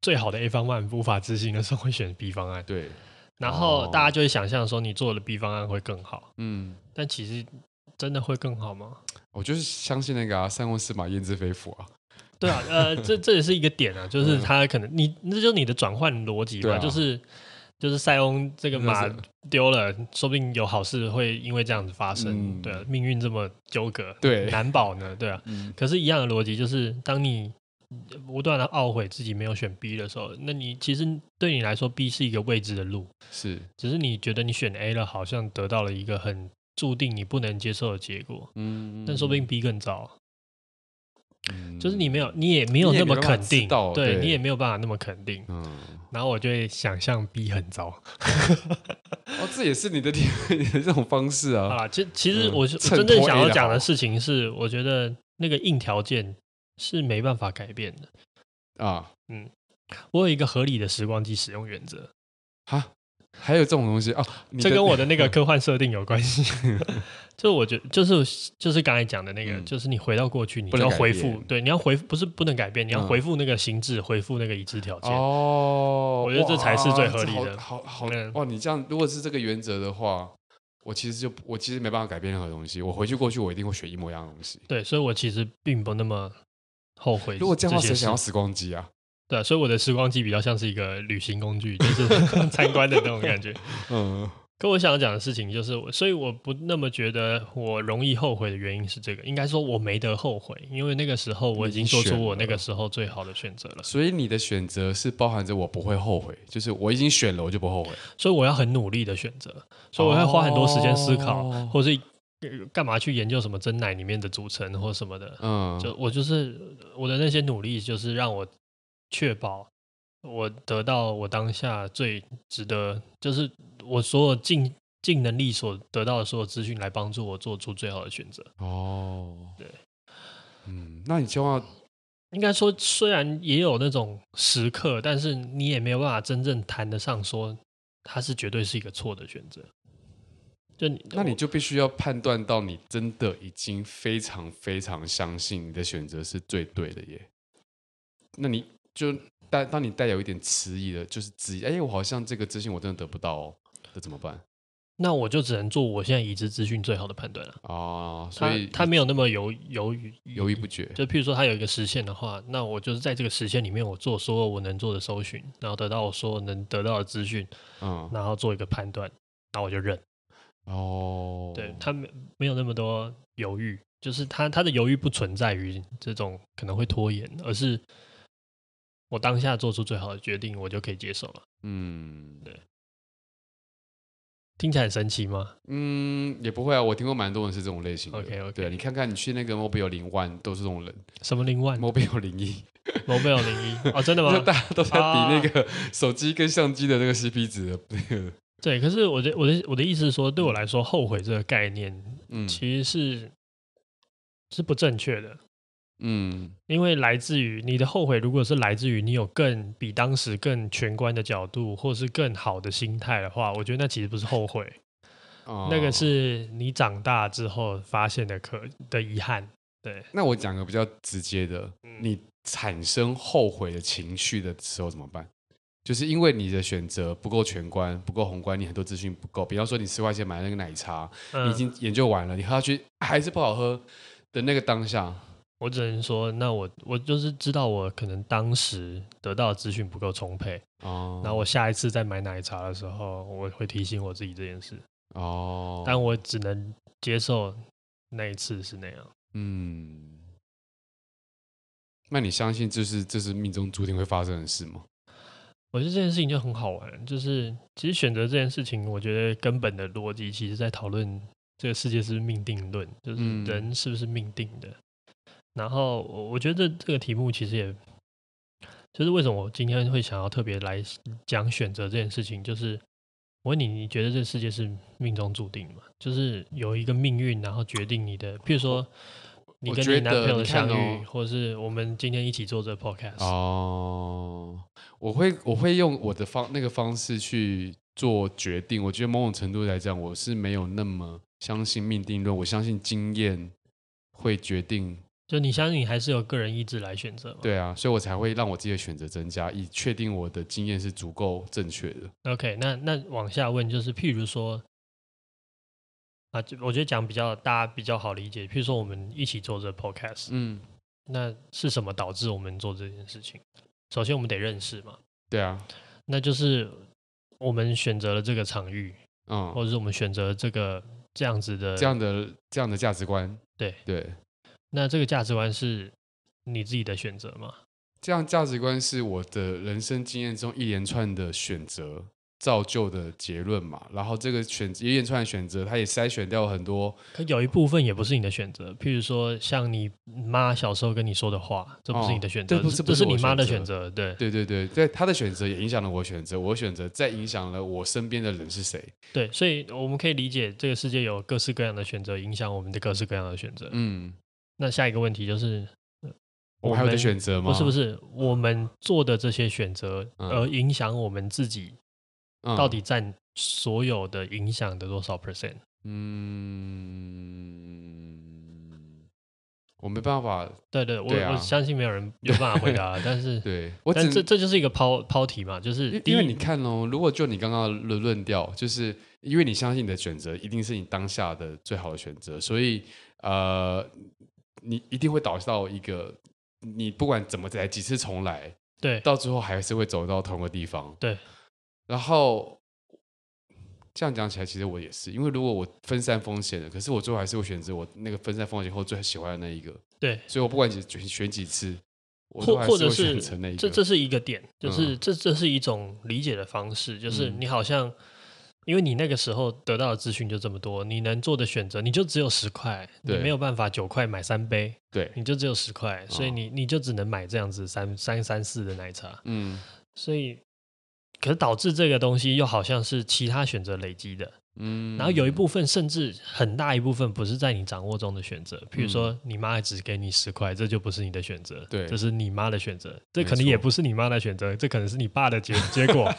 S1: 最好的 A 方案无法执行的时候会选 B 方案，
S2: 对，
S1: 然后
S2: 哦
S1: 大家就会想象说你做的 B 方案会更好，
S2: 嗯，
S1: 但其实真的会更好吗？
S2: 我就是相信那个啊，三问四马焉知非福啊。
S1: 对啊， 呃，这这也是一个点啊，就是
S2: 嗯
S1: 他可能你那就是你的转换逻辑
S2: 对
S1: 嘛，
S2: 啊
S1: 就是就是塞翁这个马
S2: 那是
S1: 丢了，说不定有好事会因为这样子发生，
S2: 嗯
S1: 对、啊，命运这么纠葛，
S2: 对
S1: 难保呢，对啊，
S2: 嗯
S1: 可是，一样的逻辑就是，当你不断的懊悔自己没有选 B 的时候，那你其实对你来说，B 是一个未知的路，
S2: 是，
S1: 只是你觉得你选 A 了，好像得到了一个很注定你不能接受的结果，
S2: 嗯，
S1: 但说不定 B 更糟，
S2: 嗯
S1: 就是你没有，，你也没有
S2: 你也
S1: 那么
S2: 没办法
S1: 肯定
S2: 知，道
S1: 对
S2: 对
S1: 你也没有办法那么肯定。
S2: 嗯，
S1: 然后我就会想象 B 很糟。
S2: 哦，这也是你的体你的这种方式
S1: 好
S2: 啊。
S1: 啦，其其实
S2: 嗯
S1: 我是、
S2: 衬托
S1: 真正想
S2: A
S1: 要
S2: 的
S1: 讲的
S2: 好
S1: 事情是，我觉得那个硬条件是没办法改变的。
S2: 啊，
S1: 我有一个合理的时光机使用原则，
S2: 哈，还有这种东西啊？你
S1: 这
S2: 的
S1: 跟我的那 个科幻设定有关系。就我觉就是就是刚才讲的那个，
S2: 嗯
S1: 就是你回到过去，你
S2: 不
S1: 就要
S2: 能改
S1: 回复
S2: 变，
S1: 对，你要回不是不能改变，你要
S2: 嗯
S1: 回复那个心智，回复那个已知条件。
S2: 哦，
S1: 我觉得这才是最合
S2: 哇这
S1: 理
S2: 好
S1: 的
S2: 好好
S1: 嗯
S2: 哇，你这样如果是这个原则的话，我其实就我其实没办法改变任何东西。我回去过去，我一定会选一模一样的东西。
S1: 对，所以我其实并不那么后悔。
S2: 如果这样的话，谁想要
S1: 事？
S2: 时光 机啊？
S1: 对啊，所以我的时光机比较像是一个旅行工 具，就是参观的那种感觉。
S2: 嗯
S1: 可我想要讲的事情就是，我，所以我不那么觉得我容易后悔的原因是这个，应该说我没得后悔，因为那个时候我已
S2: 你
S1: 经
S2: 已
S1: 做
S2: 经
S1: 出
S2: 选
S1: 我那个
S2: 了
S1: 时候最好的选择了，
S2: 所以你的选择是包含着我不会后悔，就是我已经选了，我就不后悔。
S1: 所以我要很努力的选择，所以我会花很多时间思考，
S2: 哦
S1: 或是呃干嘛去研究什么真奶里面的组成或什么的。
S2: 嗯，
S1: 就我就是我的那些努力，就是让我确保我得到我当下最值得，就是我所有尽尽能力所得到的所有资讯，来帮助我做出最好的选择。
S2: 哦，
S1: 对，
S2: 嗯，那你千万
S1: 应该说，虽然也有那种时刻，但是你也没有办法真正谈得上说它是绝对是一个错的选择。就你
S2: 那
S1: 我
S2: 你就必须要判断到你真的已经非常非常相信你的选择是最对的耶。那你就当当你带有一点迟疑的，就是质疑，哎，我好像这个资讯我真的得不到哦，那怎么办
S1: 那我就只能做我现在已知资讯最好的判断了。
S2: 啊？所
S1: 他
S2: 以
S1: 他没有那么犹犹豫，
S2: 犹豫不决，
S1: 就譬如说他有一个实现的话，那我就是在这个实现里面，我做所有我能做的搜寻，然后得到我所有能得到的资讯，
S2: 嗯，
S1: 然后做一个判断，然后我就认。
S2: 哦，
S1: 对他没没有那么多犹豫，就是他他的犹豫不存在于这种可能会拖延，而是我当下做出最好的决定，我就可以接受了。
S2: 嗯，
S1: 对，听起来很神奇吗？
S2: 嗯，也不会啊，我听过蛮多人是这种类型的。
S1: OK，OK
S2: 对，啊你看看你去那个 Mobile 零 one 都是这种人
S1: 什么零 万
S2: ，Mobile 零一，
S1: ，Mobile 零一哦，真的
S2: 就
S1: 吗？
S2: 大家都在比
S1: 啊
S2: 那个手机跟相机的那个 CP 值的那个，
S1: 对，可是我的我的我的意思是说，对我来说，后悔这个概念
S2: 嗯
S1: 其实是、是不正确的，
S2: 嗯
S1: 因为来自于你的后悔，如果是来自于你有更比当时更全观的角度，或是更好的心态的话，我觉得那其实不是后悔，
S2: 哦
S1: 那个是你长大之后发现的可的遗憾。
S2: 那我讲个比较直接的，
S1: 嗯
S2: 你产生后悔的情绪的时候怎么办？就是因为你的选择不够全观、不够宏观，你很多资讯不够。比方说，你十块钱买那个奶茶，
S1: 嗯
S2: 你已经研究完了，你喝下去还是不好喝的那个当下，
S1: 我只能说，那我我就是知道我可能当时得到的资讯不够充沛，
S2: 哦，
S1: 然后我下一次再买奶茶的时候，我会提醒我自己这件事，
S2: 哦，
S1: 但我只能接受那一次是那样。
S2: 嗯，那你相信就是这是命中注定会发生的事吗？
S1: 我觉得这件事情就很好玩，就是其实选择这件事情，我觉得根本的逻辑其实在讨论这个世界是不是命定论，就是
S2: 嗯
S1: 人是不是命定的。然后我我觉得这个题目其实也，就是为什么我今天会想要特别来讲选择这件事情，就是我问你，你觉得这个世界是命中注定吗？就是有一个命运，然后决定你的，譬如说你
S2: 我
S1: 跟
S2: 觉
S1: 你男
S2: 得
S1: 朋友
S2: 你
S1: 的相
S2: 看
S1: 遇，
S2: 哦
S1: 或者是我们今天一起做这个 podcast，、
S2: 哦，我会我会用我的方那个方式去做决定。我觉得某种程度来讲，我是没有那么相信命定论，我相信经验会决定。
S1: 就你相信你还是有个人意志来选择嘛？
S2: 对啊，所以我才会让我自己的选择增加，以确定我的经验是足够正确的。
S1: OK，那那往下问就是，譬如说，啊，就我觉得讲比较大家比较好理解，譬如说我们一起做这个 podcast，、
S2: 嗯，
S1: 那是什么导致我们做这件事情？首先我们得认识嘛，
S2: 对啊，
S1: 那就是我们选择了这个场域，
S2: 嗯，
S1: 或者是我们选择这个这样子的
S2: 这样的这样的价值观，
S1: 对
S2: 对，
S1: 那这个价值观是你自己的选择嘛？
S2: 这样价值观是我的人生经验中一连串的选择造就的结论嘛。然后这个选一连串的选择，它也筛选掉很多，
S1: 可有一部分也不是你的选择，譬如说像你妈小时候跟你说的话，这不是
S2: 哦
S1: 你的选择，
S2: 这不
S1: 这
S2: 是
S1: 这
S2: 不
S1: 是
S2: 是我
S1: 你妈的
S2: 选
S1: 选择，对
S2: 对对对对，他的选择也影响了我的选择，我的选择再影响了我身边的人是谁。
S1: 对，所以我们可以理解这个世界有各式各样的选择，影响我们的各式各样的选择。
S2: 嗯，
S1: 那下一个问题就是，呃
S2: 我还有的选择吗？
S1: 不是不，是我们做的这些选择，
S2: 嗯
S1: 而影响我们自己
S2: 嗯
S1: 到底占所有的影响的多少 percent？
S2: 嗯，我没办法，
S1: 对对，我
S2: 对啊
S1: 我相信没有人有办法回答，啊但是
S2: 对我只
S1: 但这
S2: 能
S1: 这就是一个抛抛题嘛，就是
S2: 因
S1: 第
S2: 因为
S1: 一
S2: 你看哦，如果就你刚刚的论论调，就是因为你相信你的选择一定是你当下的最好的选择，所以呃，你一定会导致到一个你不管怎么来几次重来，
S1: 对
S2: 到最后还是会走到同个地方。
S1: 对，
S2: 然后这样讲起来，其实我也是，因为如果我分散风险了，可是我最后还是会选择我那个分散风险后最喜欢的那一个，
S1: 对，
S2: 所以我不管选选几次，我都
S1: 或
S2: 还
S1: 或者
S2: 会
S1: 是
S2: 选择那一个。
S1: 这这是一个点，就是
S2: 嗯
S1: 这这是一种理解的方式，就是
S2: 嗯
S1: 你好像。因为你那个时候得到的资讯就这么多，你能做的选择你就只有十块，你
S2: 对
S1: 没有办法九块买三杯，
S2: 对，
S1: 你就只有十块，所以
S2: 哦
S1: 你你就只能买这样子三三三四的奶茶，
S2: 嗯
S1: 所以可是导致这个东西又好像是其他选择累积的，
S2: 嗯，
S1: 然后有一部分甚至很大一部分不是在你掌握中的选
S2: 嗯
S1: 择，譬如说你妈只给你十块，这就不是你的选择，
S2: 对
S1: 这是你妈的选择，这
S2: 没
S1: 可能也
S2: 错
S1: 不是你妈的选择，这可能是你爸的结结 果，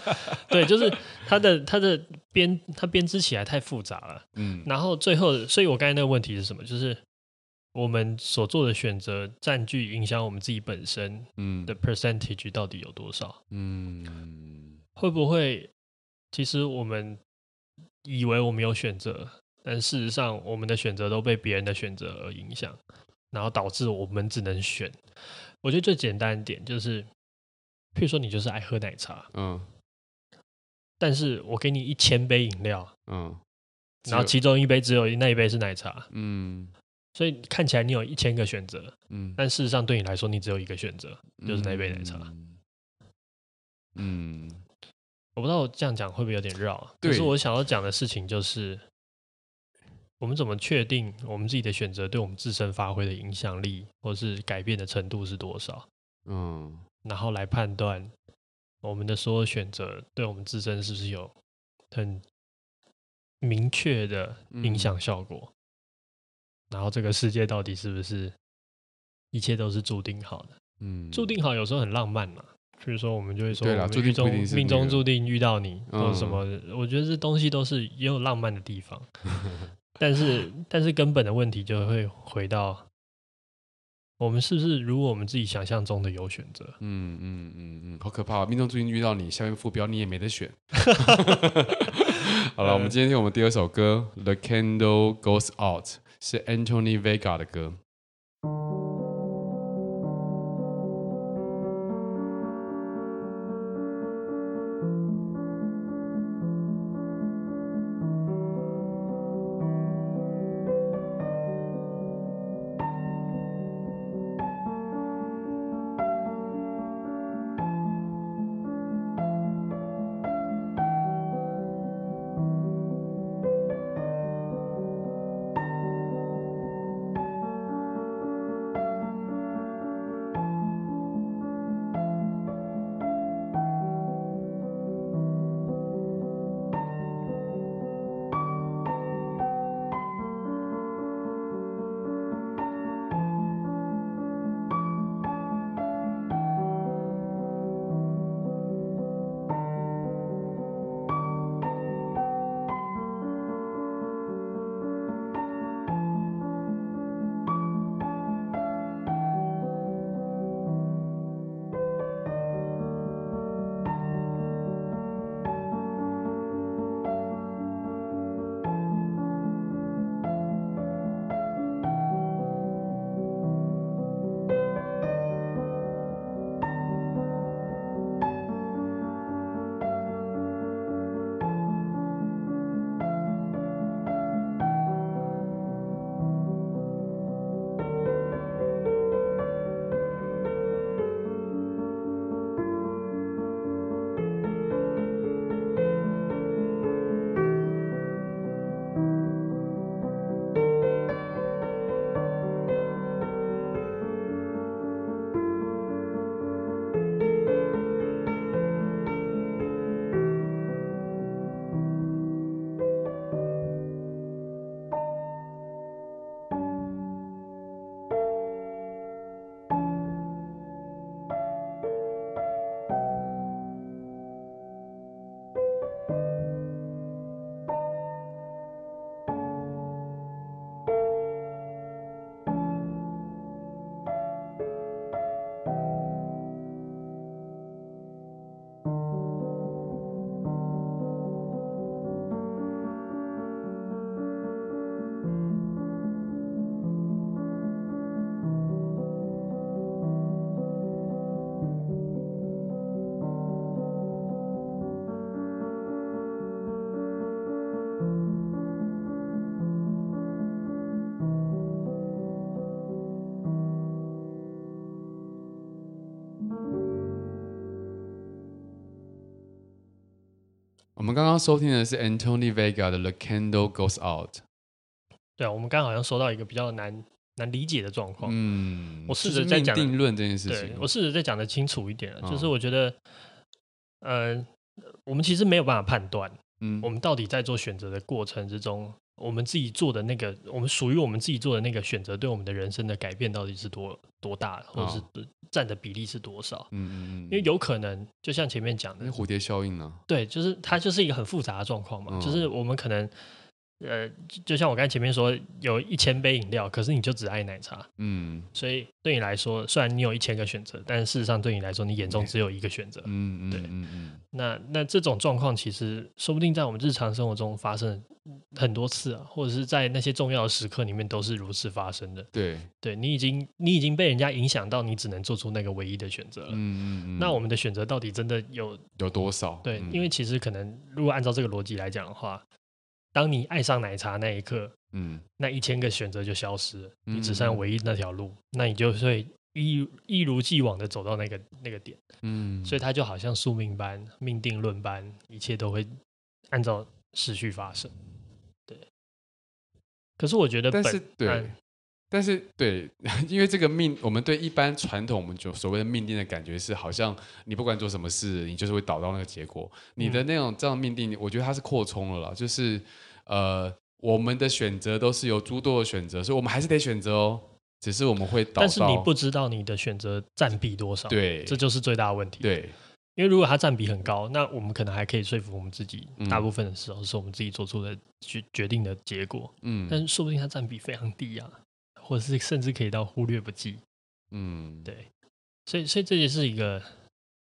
S1: 对，就是他的他的编他编织起来太复杂了，
S2: 嗯。
S1: 然后最后，所以我刚才那个问题是什么？就是我们所做的选择占据影响我们自己本身
S2: 嗯
S1: 的 percentage 到底有多少？
S2: 嗯，
S1: 会不会其实我们以为我们有选择，但事实上我们的选择都被别人的选择而影响，然后导致我们只能选。我觉得最简单的点就是，譬如说你就是爱喝奶茶，
S2: 嗯
S1: 但是我给你一千杯饮料，
S2: 嗯，
S1: 然后
S2: 只
S1: 其
S2: 有
S1: 中一杯只有那一杯是奶茶，
S2: 嗯
S1: 所以看起来你有一千个选择，
S2: 嗯，
S1: 但事实上对你来说你只有一个选择。就是那杯奶茶
S2: 嗯。嗯，
S1: 我不知道我这样讲会不会有点绕啊，
S2: 对
S1: 可是我想要讲的事情就是，我们怎么确定我们自己的选择对我们自身发挥的影响力或是改变的程度是多少，
S2: 嗯，
S1: 然后来判断我们的所有选择对我们自身是不是有很明确的
S2: 嗯
S1: 影响效果，然后这个世界到底是不是一切都是注定好的？
S2: 嗯，
S1: 注定好啊有时候很浪漫嘛。比如说，我们就会说，
S2: 对
S1: 我
S2: 啦
S1: 们
S2: 注
S1: 命
S2: 定不一
S1: 中
S2: 定是
S1: 命
S2: 那
S1: 中
S2: 个
S1: 注定遇到你，或者什
S2: 嗯
S1: 么的。我觉得这东西都是也有浪漫的地 方，但是但是根本的问题就会回到，我们是不是如果我们自己想象中的有选择？
S2: 嗯嗯嗯嗯，好可怕、啊！命中注定遇到你，下面副标你也没得选。 好了，我们今天听我们第二首歌《The Candle Goes Out》，是 Anthony Vega 的歌。我们刚刚收听的是 Anthony Vega 的《The Candle Goes Out》。
S1: 对啊，我们刚刚好像说到一个比较难难理解的状况。
S2: 嗯，
S1: 我试着
S2: 就是
S1: 在
S2: 命
S1: 讲
S2: 定论这件事
S1: 对
S2: 情。
S1: 我试着再讲的清楚一点啊，就是
S2: 嗯
S1: 我觉得，呃，我们其实没有办法判断。
S2: 嗯
S1: 我们到底在做选择的过程之中，我们自己做的那个，我们属于我们自己做的那个选择，对我们的人生的改变到底是多多大，或者是占的比例是多少？
S2: 嗯嗯嗯嗯，
S1: 因为有可能，就像前面讲
S2: 那
S1: 的
S2: 是，蝴蝶效应呢、
S1: 对，就是它就是一个很复杂的状况嘛，
S2: 嗯
S1: 就是我们可能。呃，就就像我刚才前面说，有一千杯饮料，可是你就只爱奶茶，
S2: 嗯
S1: 所以对你来说，虽然你有一千个选择，但事实上对你来说，你眼中只有一个选择。
S2: 嗯嗯
S1: 对
S2: 嗯嗯
S1: 那那这种状况，其实说不定在我们日常生活中发生很多次啊，或者是在那些重要的时刻里面都是如此发生的。
S2: 对，
S1: 对你已经你已经被人家影响到，你只能做出那个唯一的选择了。
S2: 嗯嗯嗯，
S1: 那我们的选择到底真的有
S2: 有多少？
S1: 对？
S2: 嗯
S1: 因为其实可能如果按照这个逻辑来讲的话，当你爱上奶茶那一刻，
S2: 嗯
S1: 那一千个选择就消失了，你只
S2: 嗯
S1: 剩唯一那条路，那你就会一一如既往的走到那个那个点，
S2: 嗯，
S1: 所以它就好像宿命般、命定论般，一切都会按照时序发生。对。可是我觉得本，嗯呃
S2: 但是对，但是对， 因为这个命，我们对一般传统我们就所谓的命定的感觉是，好像你不管做什么事，你就是会导到那个结果。你
S1: 嗯
S2: 的那种这样命定，我觉得它是扩充了啦，就是呃，我们的选择都是有诸多的选择，所以我们还是得选择哦，只是我们会导到。
S1: 但是你不知道你的选择占比多少，，
S2: 对，
S1: 这就是最大的问题。，
S2: 对，
S1: 因为如果它占比很高，那我们可能还可以说服我们自己，
S2: 嗯
S1: 大部分的时候是我们自己做出的决决定的结果，
S2: 嗯，
S1: 但说不定它占比非常低啊，或者是甚至可以到忽略不计。
S2: 嗯，
S1: 对所以，所以这也是一个，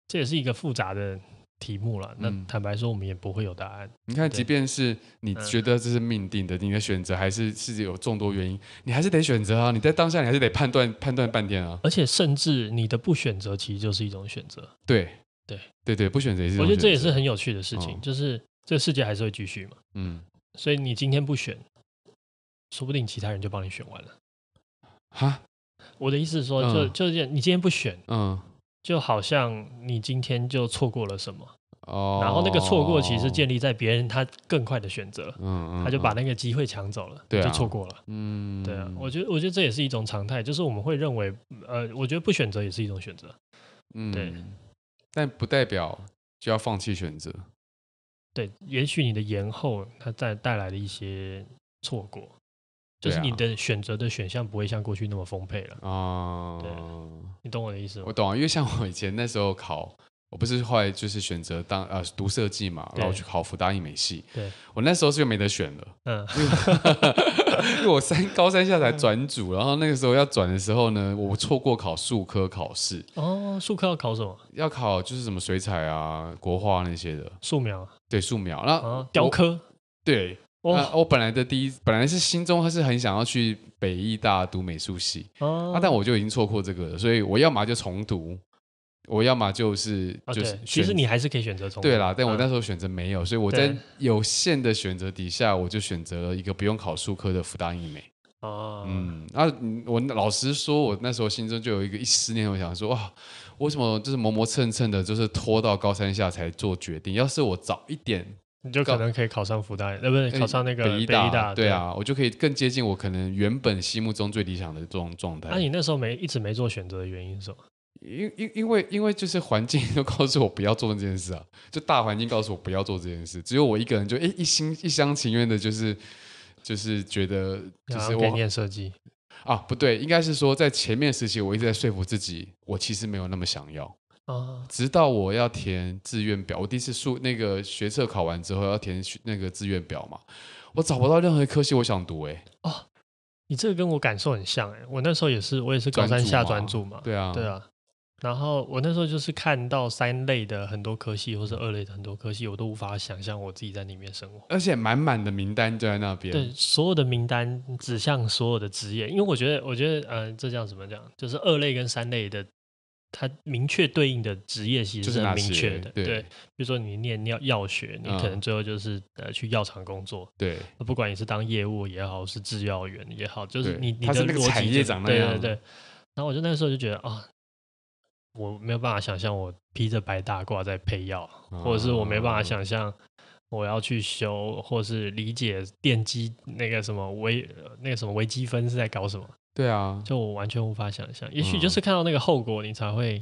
S1: 这也是一个复杂的题目了。那
S2: 嗯
S1: 坦白说，我们也不会有答案。
S2: 你看，
S1: 对嗯
S2: 即便是你觉得这是命定的，你的选择还是是有众多原因，你还是得选择啊！你在当下，你还是得判断判断半天啊！
S1: 而且，甚至你的不选择，其实就是一种选择。
S2: 对，
S1: 对，
S2: 对对，不选择也是一
S1: 我
S2: 种
S1: 觉
S2: 选
S1: 得
S2: 择。
S1: 这也是很有趣的事情，
S2: 嗯
S1: 就是这个世界还是会继续嘛。
S2: 嗯，
S1: 所以你今天不选，说不定其他人就帮你选完了。
S2: 哈，
S1: 我的意思是说，
S2: 嗯
S1: 就就是你今天不选，
S2: 嗯，
S1: 就好像你今天就错过了什么，
S2: 哦，
S1: 然后那个错过其实建立在别人他更快的选择，
S2: 嗯，嗯
S1: 他就把
S2: 那，
S1: 那个机会抢走了，
S2: 对啊
S1: 你就错过了。
S2: 嗯，
S1: 对啊，我觉得我觉得这也是一种常态，就是我们会认为，呃，我觉得不选择也是一种选择，
S2: 嗯
S1: 对，
S2: 但不代表就要放弃选择。
S1: 对，也许你的延后它带带来的一些错过，就
S2: 对啊
S1: 是你的选择的选项不会像过去那么丰沛了，
S2: 啊、
S1: 你懂我的意思吗
S2: 我？懂啊，因为像我以前那时候考，我不是后来就是选择当呃读设计嘛，
S1: 对
S2: 然后去考福大英美系。
S1: 对，
S2: 我那时候是就没得选了，
S1: 嗯，
S2: 因为我三高三下才转组，然后那个时候要转的时候呢，我错过考数科考试，
S1: 哦，术科要考什么？
S2: 要考就是什么水彩啊、国画那些的，
S1: 素描
S2: 对素描。那、
S1: 啊，雕刻
S2: 对，
S1: 哇
S2: 那我本来的第一，本来是心中他是很想要去北艺大读美术系，
S1: 哦
S2: 啊，，但我就已经错过这个了，所以我要么就重读，我要么就是
S1: 啊，
S2: 就是
S1: 对，其
S2: 选
S1: 实你还是可以选择重
S2: 对
S1: 读
S2: 啦，但我
S1: 嗯
S2: 那时候选择没有，所以我
S1: 对
S2: 在有限的选择底下，我就选择了一个不用考数科的福大英美。
S1: 哦，
S2: 嗯，那、嗯我老实说，我那时候心中就有一个一丝念头，想说哇，为什么就是磨磨蹭蹭的，就是拖到高三下才做决定？要是我早一点
S1: 你就可能可以考上复旦，呃，不是考上那个
S2: 哎北
S1: 北医
S2: 医大，
S1: 大，
S2: 对。啊，我就可以更接近我可能原本心目中最理想的这种状态。
S1: 那啊你那时候没一直没做选择的原因是什么？
S2: 因因因为因为就是环境都告诉我不要做这件事啊，就大环境告诉我不要做这件事，只有我一个人就哎、一心一厢情愿的，就是就是觉得就
S1: 然
S2: 是
S1: 后给你
S2: 我
S1: 念设计，
S2: 啊不对，应该是说在前面时期我一直在说服自己，我其实没有那么想要，
S1: 啊，
S2: 直到我要填志愿表，我第一次数那个学测考完之后要填学那个志愿表嘛，我找不到任何一科系我想读哎、
S1: 你这个跟我感受很像哎、我那时候也是，我也是高三下专注嘛，
S2: 对啊
S1: 对啊。然后我那时候就是看到三类的很多科系，或是二类的很多科系，我都无法想象我自己在里面生活。
S2: 而且满满的名单就在那边，
S1: 对，所有的名单指向所有的职业，因为我觉得，我觉得，呃，这叫怎么讲？就是二类跟三类的，它明确对应的职业其
S2: 就
S1: 实
S2: 是那
S1: 很明
S2: 些
S1: 确的。
S2: 对
S1: 比如说你念药药学，你可
S2: 嗯
S1: 能最后就是、呃去药厂工作，
S2: 对
S1: 不管你是当业务也好，是制药员也好，就是
S2: 对
S1: 你你
S2: 他
S1: 的
S2: 是那个
S1: 逻
S2: 产
S1: 辑
S2: 业
S1: 就
S2: 长那
S1: 对
S2: 样
S1: 对对。然后我就那时候就觉得啊，我没有办法想象我披着白大褂在配药，或者是我没办法
S2: 啊
S1: 想象我要去修，或是理解电机那个什么微呃那个什么微积分是在搞什么，
S2: 对啊，
S1: 就我完全无法想象。也许就是看到那个后果，你才会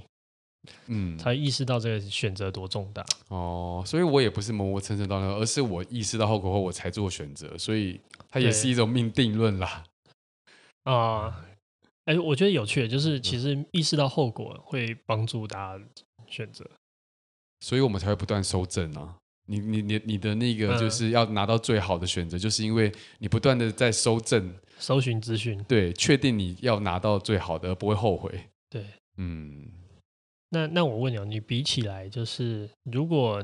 S2: 嗯，
S1: 才意识到这个选择多重大。
S2: 哦，所以我也不是磨磨蹭蹭到那个，而是我意识到后果后我才做选择，所以它也
S1: 对
S2: 是一种命定论啦。
S1: 啊、哎、我觉得有趣的就是，
S2: 嗯
S1: 其实意识到后果会帮助大家选择。
S2: 所以我们才会不断修正啊。你你你你的那个
S1: 嗯
S2: 就是要拿到最好的选择，就是因为你不断的在修正，
S1: 搜寻资讯，
S2: 对，确定你要拿到最好的，而不会后悔。
S1: 对。
S2: 嗯，
S1: 那那我问你，哦，你比起来，就是如果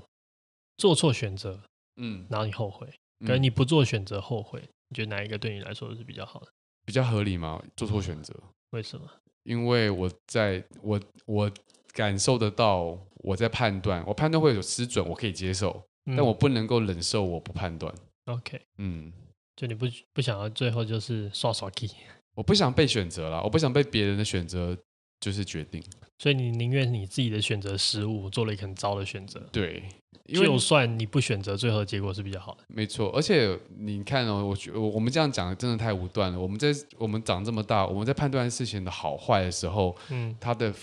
S1: 做错选择，
S2: 嗯，
S1: 然后你后悔，
S2: 嗯
S1: 跟你不做选择后悔，你觉得哪一个对你来说是比较好的？
S2: 比较合理吗？做错选择，
S1: 为什么？
S2: 因为我在我我感受得到，我在判断，我判断会有失准，我可以接受，
S1: 嗯
S2: 但我不能够忍受我不判断。
S1: OK，
S2: 嗯。
S1: 就你不不想要最后就是刷刷 key，
S2: 我不想被选择啦，我不想被别人的选择就是决定。
S1: 所以你宁愿你自己的选择失误，做了一个很糟的选择，
S2: 对，因为
S1: 就算你不选择，最后的结果是比较好的。
S2: 没错，而且你看哦，我觉我我们这样讲真的太无端了。我们在我们长这么大，我们在判断事情的好坏的时候，
S1: 嗯
S2: 它的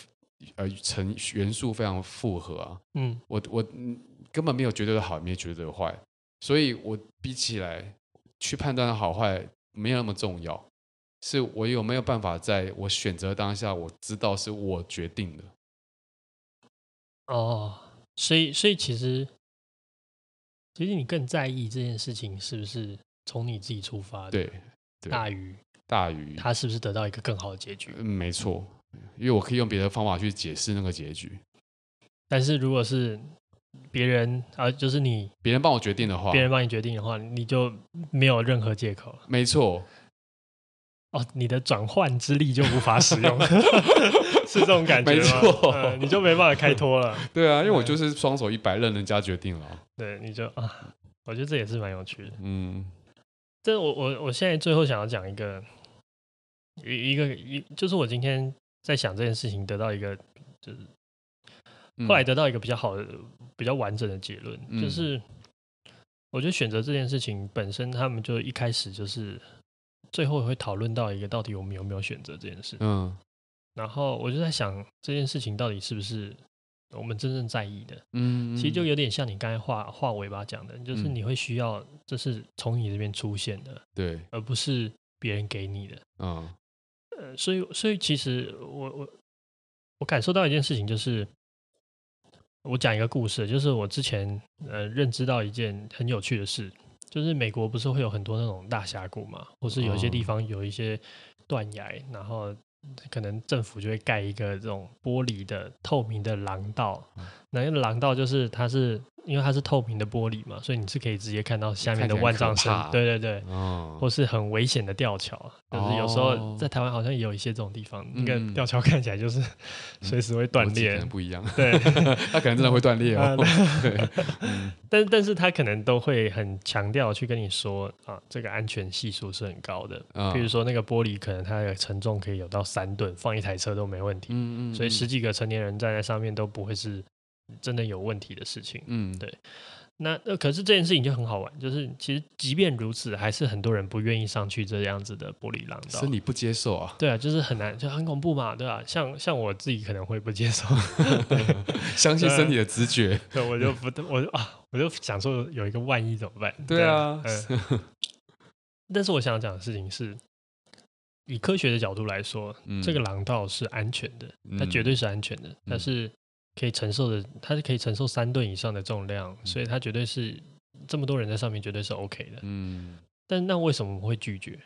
S2: 呃成元素非常复合啊。
S1: 嗯，
S2: 我我嗯根本没有绝对的好，也没有绝对的坏，所以我比起来去判断好坏没有那么重要，是我有没有办法在我选择当下，我知道是我决定的。
S1: 哦，所以所以其实，其实你更在意这件事情是不是从你自己出发的，
S2: 对，对嗯
S1: 大于
S2: 大于
S1: 他是不是得到一个更好的结局。
S2: 嗯，没错，因为我可以用别的方法去解释那个结局。
S1: 但是如果是别人啊、就是你
S2: 别人帮我决定的话，
S1: 别人帮你决定的话，你就没有任何借口了
S2: 没错，
S1: 哦，你的转换之力就无法使用， 是这种感觉吗？
S2: 没错
S1: 嗯你就没办法开脱了。
S2: 对啊，因
S1: 哎
S2: 为我就是双手一摆，任人家决定了。
S1: 对，你就啊，我觉得这也是蛮有趣的。
S2: 嗯，
S1: 这我我我现在最后想要讲一个一一个一，就是我今天在想这件事情，得到一个就是
S2: 嗯
S1: 后来得到一个比较好的、比较完整的结论，
S2: 嗯
S1: 就是我觉得选择这件事情本身，他们就一开始就是最后会讨论到一个到底我们有没有选择这件事。
S2: 嗯
S1: 然后我就在想这件事情到底是不是我们真正在意的。
S2: 嗯，
S1: 其实就有点像你刚才画画尾巴讲的，就是
S2: 嗯
S1: 你会需要这是从你这边出现的，
S2: 对，
S1: 而不是别人给你的。
S2: 嗯
S1: 呃，所以所以其实我我我感受到一件事情，就是我讲一个故事，就是我之前呃认知到一件很有趣的事，就是美国不是会有很多那种大峡谷嘛，或是有一些地
S2: 哦
S1: 方有一些断崖，然后可能政府就会盖一个这种玻璃的透明的廊道，
S2: 嗯
S1: 那个廊道就是它是因为它是透明的玻璃嘛，所以你是可以直接看到下面
S2: 看
S1: 的
S2: 起来
S1: 万
S2: 很
S1: 丈
S2: 可
S1: 深
S2: 怕，
S1: 对对对，
S2: 嗯，
S1: 或是很危险的吊桥，啊就是有时候
S2: 哦
S1: 在台湾好像也有一些这种地方，那
S2: 嗯
S1: 个
S2: 嗯
S1: 吊桥看起来就是 随时会断
S2: 逻辑可
S1: 裂
S2: 能，不一样，
S1: 对，
S2: 他可能真的会断裂
S1: 啊
S2: 哦。对，
S1: 但但是他可能都会很强调去跟你说啊，这个安全系数是很高的，
S2: 嗯
S1: 比如说那个玻璃可能它的承重可以有到三吨，放一台车都没问题，
S2: 嗯嗯，
S1: 所以
S2: 嗯
S1: 十几个成年人站在上面都不会是真的有问题的事情。
S2: 嗯
S1: 对那呃，可是这件事情就很好玩，就是其实即便如此，还是很多人不愿意上去这样子的玻璃廊道。
S2: 身体不接受啊，
S1: 对啊，就是很难，就很恐怖嘛，对吧、啊像像我自己可能会不接受，
S2: 相信身体的直觉。
S1: 对，我就不，我就啊，我就想说有一个万一怎么办？
S2: 对啊
S1: 嗯。 但是我想讲的事情是，以科学的角度来说，
S2: 嗯
S1: 这个廊道是安全的，它
S2: 嗯
S1: 绝对是安全的，它是可以承受的，它是可以承受三吨以上的重量，所以它绝对是这么多人在上面绝对是 OK 的。
S2: 嗯嗯，
S1: 但那为什么我们会拒绝？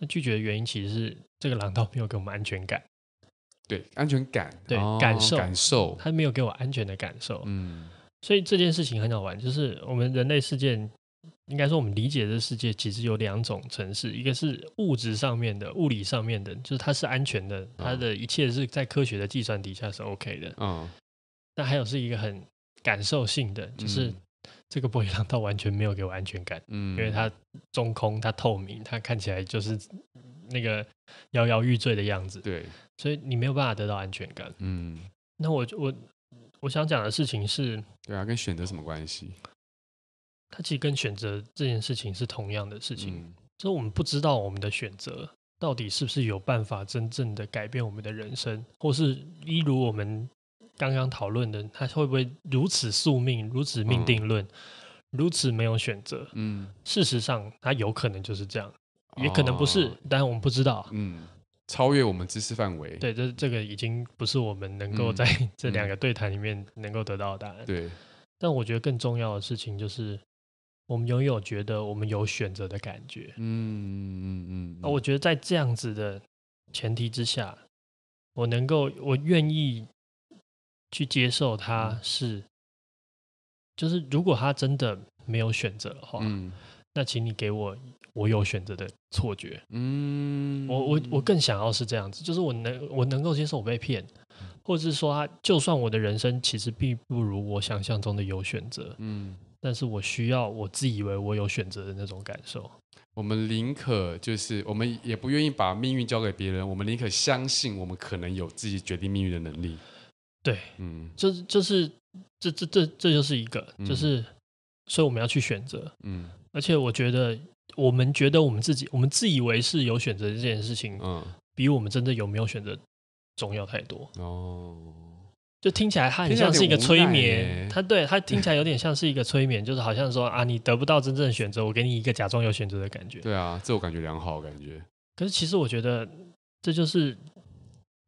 S1: 那拒绝的原因其实是这个廊道没有给我们安全感。
S2: 对，安全感，
S1: 对
S2: 哦
S1: 感受
S2: 感受，
S1: 他没有给我安全的感受，
S2: 嗯
S1: 所以这件事情很好玩。就是我们人类世界，应该说我们理解的世界其实有两种层次，一个是物质上面的、物理上面的，就是它是安全的，它的一切是在科学的计算底下是 OK 的。
S2: 嗯，
S1: 那还有是一个很感受性的，就是
S2: 嗯
S1: 这个玻璃廊道完全没有给我安全感，
S2: 嗯，
S1: 因为它中空、它透明、它看起来就是那个摇摇欲坠的样子，
S2: 对，
S1: 所以你没有办法得到安全感。
S2: 嗯，
S1: 那我我我想讲的事情是。
S2: 对啊，跟选择什么关系？
S1: 它其实跟选择这件事情是同样的事情，
S2: 嗯
S1: 就是我们不知道我们的选择到底是不是有办法真正的改变我们的人生，或是一如我们刚刚讨论的，它会不会如此宿命、如此命定论、如此没有选择？
S2: 嗯，
S1: 事实上，它有可能就是这样，也可能不是，
S2: 哦
S1: 但我们不知道。
S2: 嗯，超越我们知识范围。
S1: 对，这这个已经不是我们能够
S2: 嗯
S1: 在 这两个对谈里面能够得到的答案。
S2: 对，
S1: 但我觉得更重要的事情就是，我们拥有觉得我们有选择的感觉。
S2: 嗯嗯嗯嗯，
S1: 那哦我觉得在这样子的前提之下，我能够，我愿意去接受
S2: 嗯
S1: 他是，就是如果他真的没有选择的话，
S2: 嗯
S1: 那请你给我我有选择的错觉。
S2: 嗯，
S1: 我我我更想要是这样子，就是我能我能够接受我被骗，
S2: 嗯
S1: 或者是说他就算我的人生其实并不如我想象中的有选择，
S2: 嗯，
S1: 但是我需要我自以为我有选择的那种感受。
S2: 我们宁可就是我们也不愿意把命运交给别人，我们宁可相信我们可能有自己决定命运的能力。
S1: 对，
S2: 嗯
S1: 就是就是这这这这就是一个，
S2: 嗯
S1: 就是所以我们要去选择，
S2: 嗯
S1: 而且我觉得我们觉得我们自己，我们自以为是有选择这件事情，
S2: 嗯
S1: 比我们真的有没有选择重要太多。
S2: 哦，
S1: 就听起来它很
S2: 听起来
S1: 像是一个
S2: 有点
S1: 催
S2: 无奈
S1: 眠
S2: 耶，
S1: 它对它听起来 有点像是一个催眠，就是好像说啊，你得不到真正的选择，我给你一个假装有选择的感觉。
S2: 对啊，自我感觉良好，感觉
S1: 可是其实我觉得这就是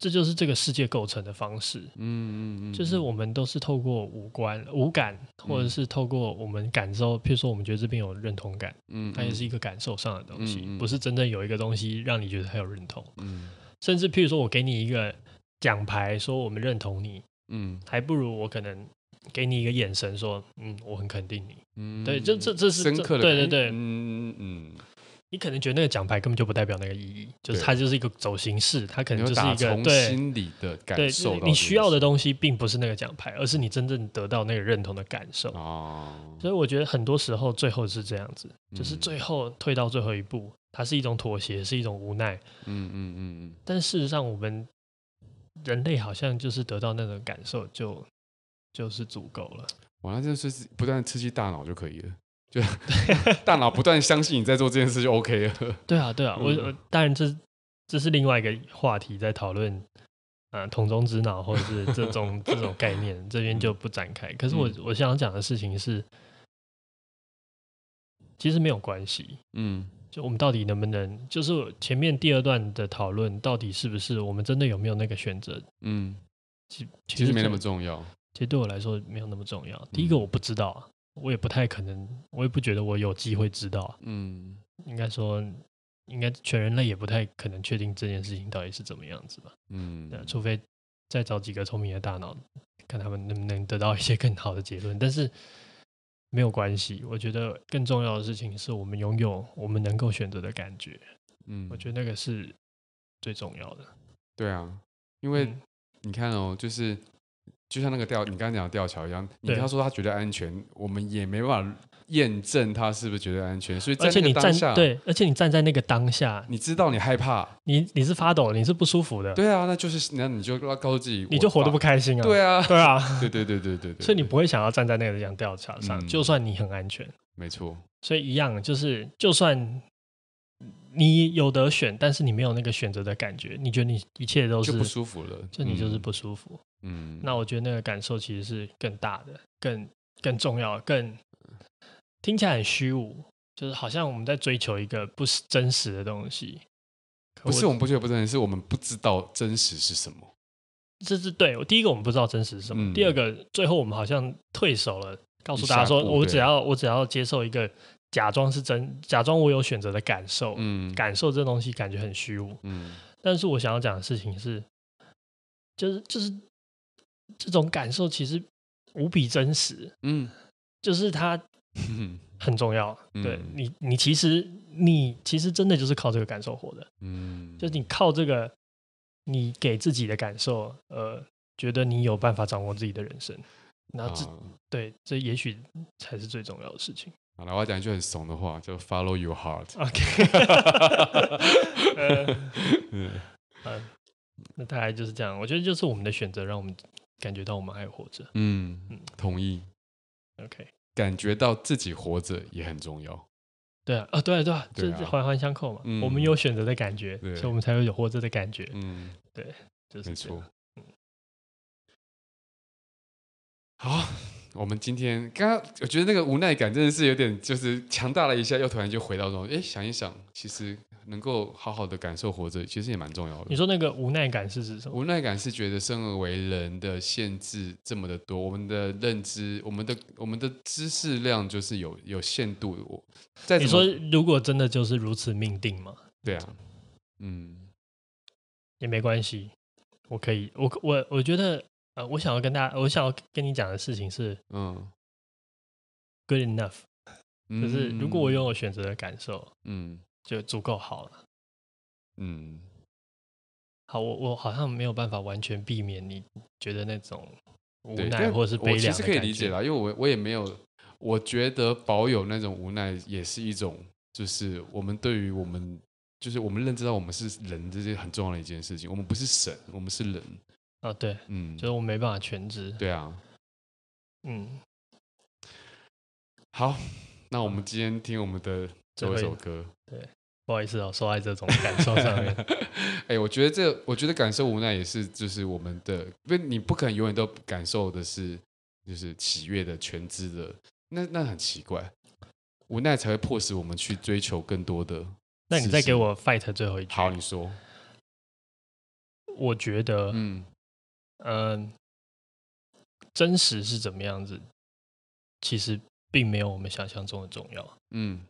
S1: 这就是这个世界构成的方式，
S2: 嗯嗯嗯，嗯
S1: 就是我们都是透过五官、五感，或者是透过我们感受，譬如说我们觉得这边有认同感，
S2: 嗯，
S1: 它也是一
S2: 一
S1: 个感受上的东西
S2: 嗯嗯，
S1: 不是真正有一个东西让你觉得它有认同。
S2: 嗯
S1: 甚至譬如说我给你一个奖牌，说我们认同你，
S2: 嗯
S1: 还不如我可能给你一个眼神说，嗯，我很肯定你。
S2: 嗯，
S1: 对这这这是
S2: 深
S1: 这
S2: 刻的
S1: 对
S2: 感
S1: 对对
S2: 嗯嗯
S1: 你可能觉得那个奖牌根本就不代表那个意义，就是
S2: 对
S1: 它就是一个走形式，它可
S2: 嗯，你
S1: 能就
S2: 有
S1: 是
S2: 打
S1: 一个
S2: 从
S1: 对
S2: 心里
S1: 对，
S2: 的感
S1: 就是
S2: 受到
S1: 你需要的
S2: 都
S1: 东西并不是那个奖牌，而是你真正得到那个认同的感受。
S2: 哦，
S1: 所以我觉得很多时候最后是这样子，就是
S2: 嗯
S1: 最后退到最后一步，它是一种妥协，是一种无奈。
S2: 嗯嗯嗯
S1: 但事实上，我们人类好像就是得到那种感受就就是足够了。
S2: 哇，那真的是不断地刺激大脑就可以了，就 大脑不断相信你在做这件事就 OK 了。
S1: 对啊，对啊，我
S2: 嗯
S1: 我当然这这是另外一个话题，在讨论呃桶中之脑或者是这种这种概念，这边就不展开。可是我、
S2: 嗯
S1: 我想讲的事情是，其实没有关系，
S2: 嗯
S1: 就我们到底能不能，就是前面第二段的讨论，到底是不是我们真的有没有那个选择？
S2: 嗯，
S1: 其
S2: 其实没那么
S1: 对，
S2: 重嗯要。
S1: 其实对我来说没有那么重要。第一个我不知道啊，我也不太可能，我也不觉得我有机会知道啊。
S2: 嗯
S1: 应该说，应该全人类也不太可能确定这件事情到底是怎么样子吧？
S2: 嗯
S1: 对啊，除非再找几个聪明的大脑，看他们能不能得到一些更好的结论。但是没有关系，我觉得更重要的事情是我们拥有我们能够选择的感觉，
S2: 嗯
S1: 我觉得那个是最重要的。
S2: 对啊，因为
S1: 嗯
S2: 你看哦，就是就像那个吊，你刚刚讲的吊桥一样，你
S1: 对
S2: 跟他说他觉得安全，我们也没办法验证他是不是觉得安全，所以在
S1: 而且
S2: 那
S1: 你
S2: 个当
S1: 站
S2: 下，
S1: 对，而且你站在那个当下，
S2: 你知道你害怕，
S1: 你你是发抖，你是不舒服的，
S2: 对啊，那就是那你就告诉自己，
S1: 你就活得不
S2: 开
S1: 开心啊。
S2: 对啊，
S1: 对 啊，
S2: 对对对对对对，
S1: 所以你不会想要站在那个样吊桥上，
S2: 嗯
S1: 就算你很安全。
S2: 没错，
S1: 所以一样，就是就算你有得选，但是你没有那个选择的感觉，你觉得你一切都是
S2: 就不舒服了，
S1: 就你就是
S2: 嗯
S1: 不舒服。
S2: 嗯，
S1: 那我觉得那个感受其实是更大的、更更重要、更听起来很虚无，就是好像我们在追求一个不是真实的东西。可
S2: 不是我们不觉得不真实，是我们不知道真实是什么。
S1: 这是对我第一个我们不知道真实是什么，
S2: 嗯
S1: 第二个最后我们好像退守了，告诉大家
S2: 一下
S1: 说我
S2: 步对啊
S1: 只要我只要接受一个假装是真，假装我有选择的感受，
S2: 嗯，
S1: 感受这东西感觉很虚无。
S2: 嗯
S1: 但是我想要讲的事情是，就是就是这种感受其实无比真实，
S2: 嗯
S1: 就是它
S2: 嗯
S1: 很重要。啊
S2: 嗯
S1: 对你，你其实你其实真的就是靠这个感受活的，
S2: 嗯，
S1: 就是你靠这个你给自己的感受，呃，觉得你有办法掌握自己的人生。那这、
S2: 啊
S1: 对这也许才是最重要的事情。
S2: 好了，我要讲一句很怂的话，叫 “follow your heart”。
S1: OK，呃
S2: 嗯
S1: 嗯，那大概就是这样。我觉得就是我们的选择，让我们感觉到我们还活着。
S2: 嗯
S1: 嗯，
S2: 同意。
S1: OK，
S2: 感觉到自己活着也很重要。
S1: 对啊，啊，对啊，对啊，这
S2: 对啊
S1: 是环环相扣嘛。
S2: 嗯
S1: 我们有选择的感觉，
S2: 对
S1: 所以我们才会有活着的感觉。
S2: 嗯，
S1: 就是
S2: 没
S1: 这样
S2: 错。好，我们今天刚刚我觉得那个无奈感真的是有点，就是强大了一下，又突然就回到说，哎，想一想，其实能够好好的感受活着，其实也蛮重要的
S1: 你。说那个无奈感是指什么？
S2: 无奈感是觉得生而为人的限制这么的多，我们的认知、我们的我们的知识量就是有有限度的。我再
S1: 你
S2: 怎
S1: 说
S2: 么
S1: 如果真的就是如此命定嘛，
S2: 对啊，嗯
S1: 也没关系，我可以，我我我觉得，呃，我想要跟大家，我想要跟你讲的事情是
S2: 嗯，
S1: good enough，
S2: 嗯
S1: 就是如果我拥有选择的感受，
S2: 嗯
S1: 就足够好了。
S2: 嗯
S1: 好，我我好像没有办法完全避免你觉得那种无
S2: 对，
S1: 奈
S2: 但
S1: 或者是悲
S2: 我
S1: 凉的
S2: 其实可以
S1: 感
S2: 理解
S1: 觉
S2: 啦，因为我我也没有，我觉得保有那种无奈也是一种就是我们对于我们，就是我们认知到我们是人，这是很重要的一件事情。我们不是神，我们是人。
S1: 啊，对，
S2: 嗯
S1: 就，是我没办法全职，
S2: 对啊。
S1: 嗯，
S2: 好，那我们今天听我们的最后一
S1: 最
S2: 首
S1: 后一
S2: 歌。
S1: 不好意思哦，受在这种感受上 面，
S2: 哎、我觉得这，我觉得感受无奈也是，就是我们的，因为你不可能永远都感受的是，就是喜悦的、全知的，那那很奇怪。无奈才会迫使我们去追求更多的。
S1: 那你再给我 fight 最后一句，
S2: 好，你说，
S1: 我觉得，嗯、
S2: 嗯
S1: 真实是怎么样子，其实并没有我们想象中的重要，
S2: 嗯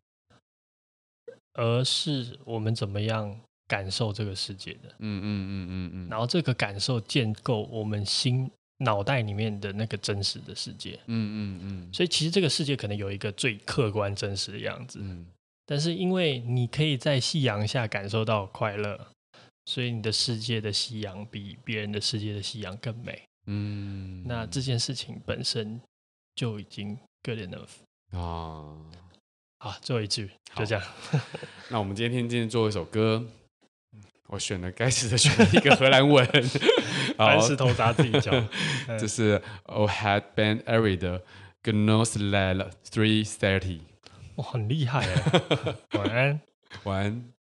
S1: 而是我们怎么样感受这个世界的，
S2: 嗯嗯嗯嗯嗯，
S1: 然后这个感受建构我们心脑袋里面的那个真实的世界。
S2: 嗯嗯嗯
S1: 所以其实这个世界可能有一个最客观真实的样子，
S2: 嗯
S1: 但是因为你可以在夕阳下感受到快乐，所以你的世界的夕阳比别人的世界的夕阳更美。
S2: 嗯，
S1: 那这件事情本身就已经 good enough。
S2: 啊，
S1: 好，最后一句就这样。
S2: 那我们今天今天做一首歌，我选了该死的选了一个荷兰文，好
S1: 凡，事头砸自己脚。
S2: 这是 O Had Band Airy 的 Gnosled Three Thirty，
S1: 欸哇，很厉害耶！晚安。
S2: 晚安。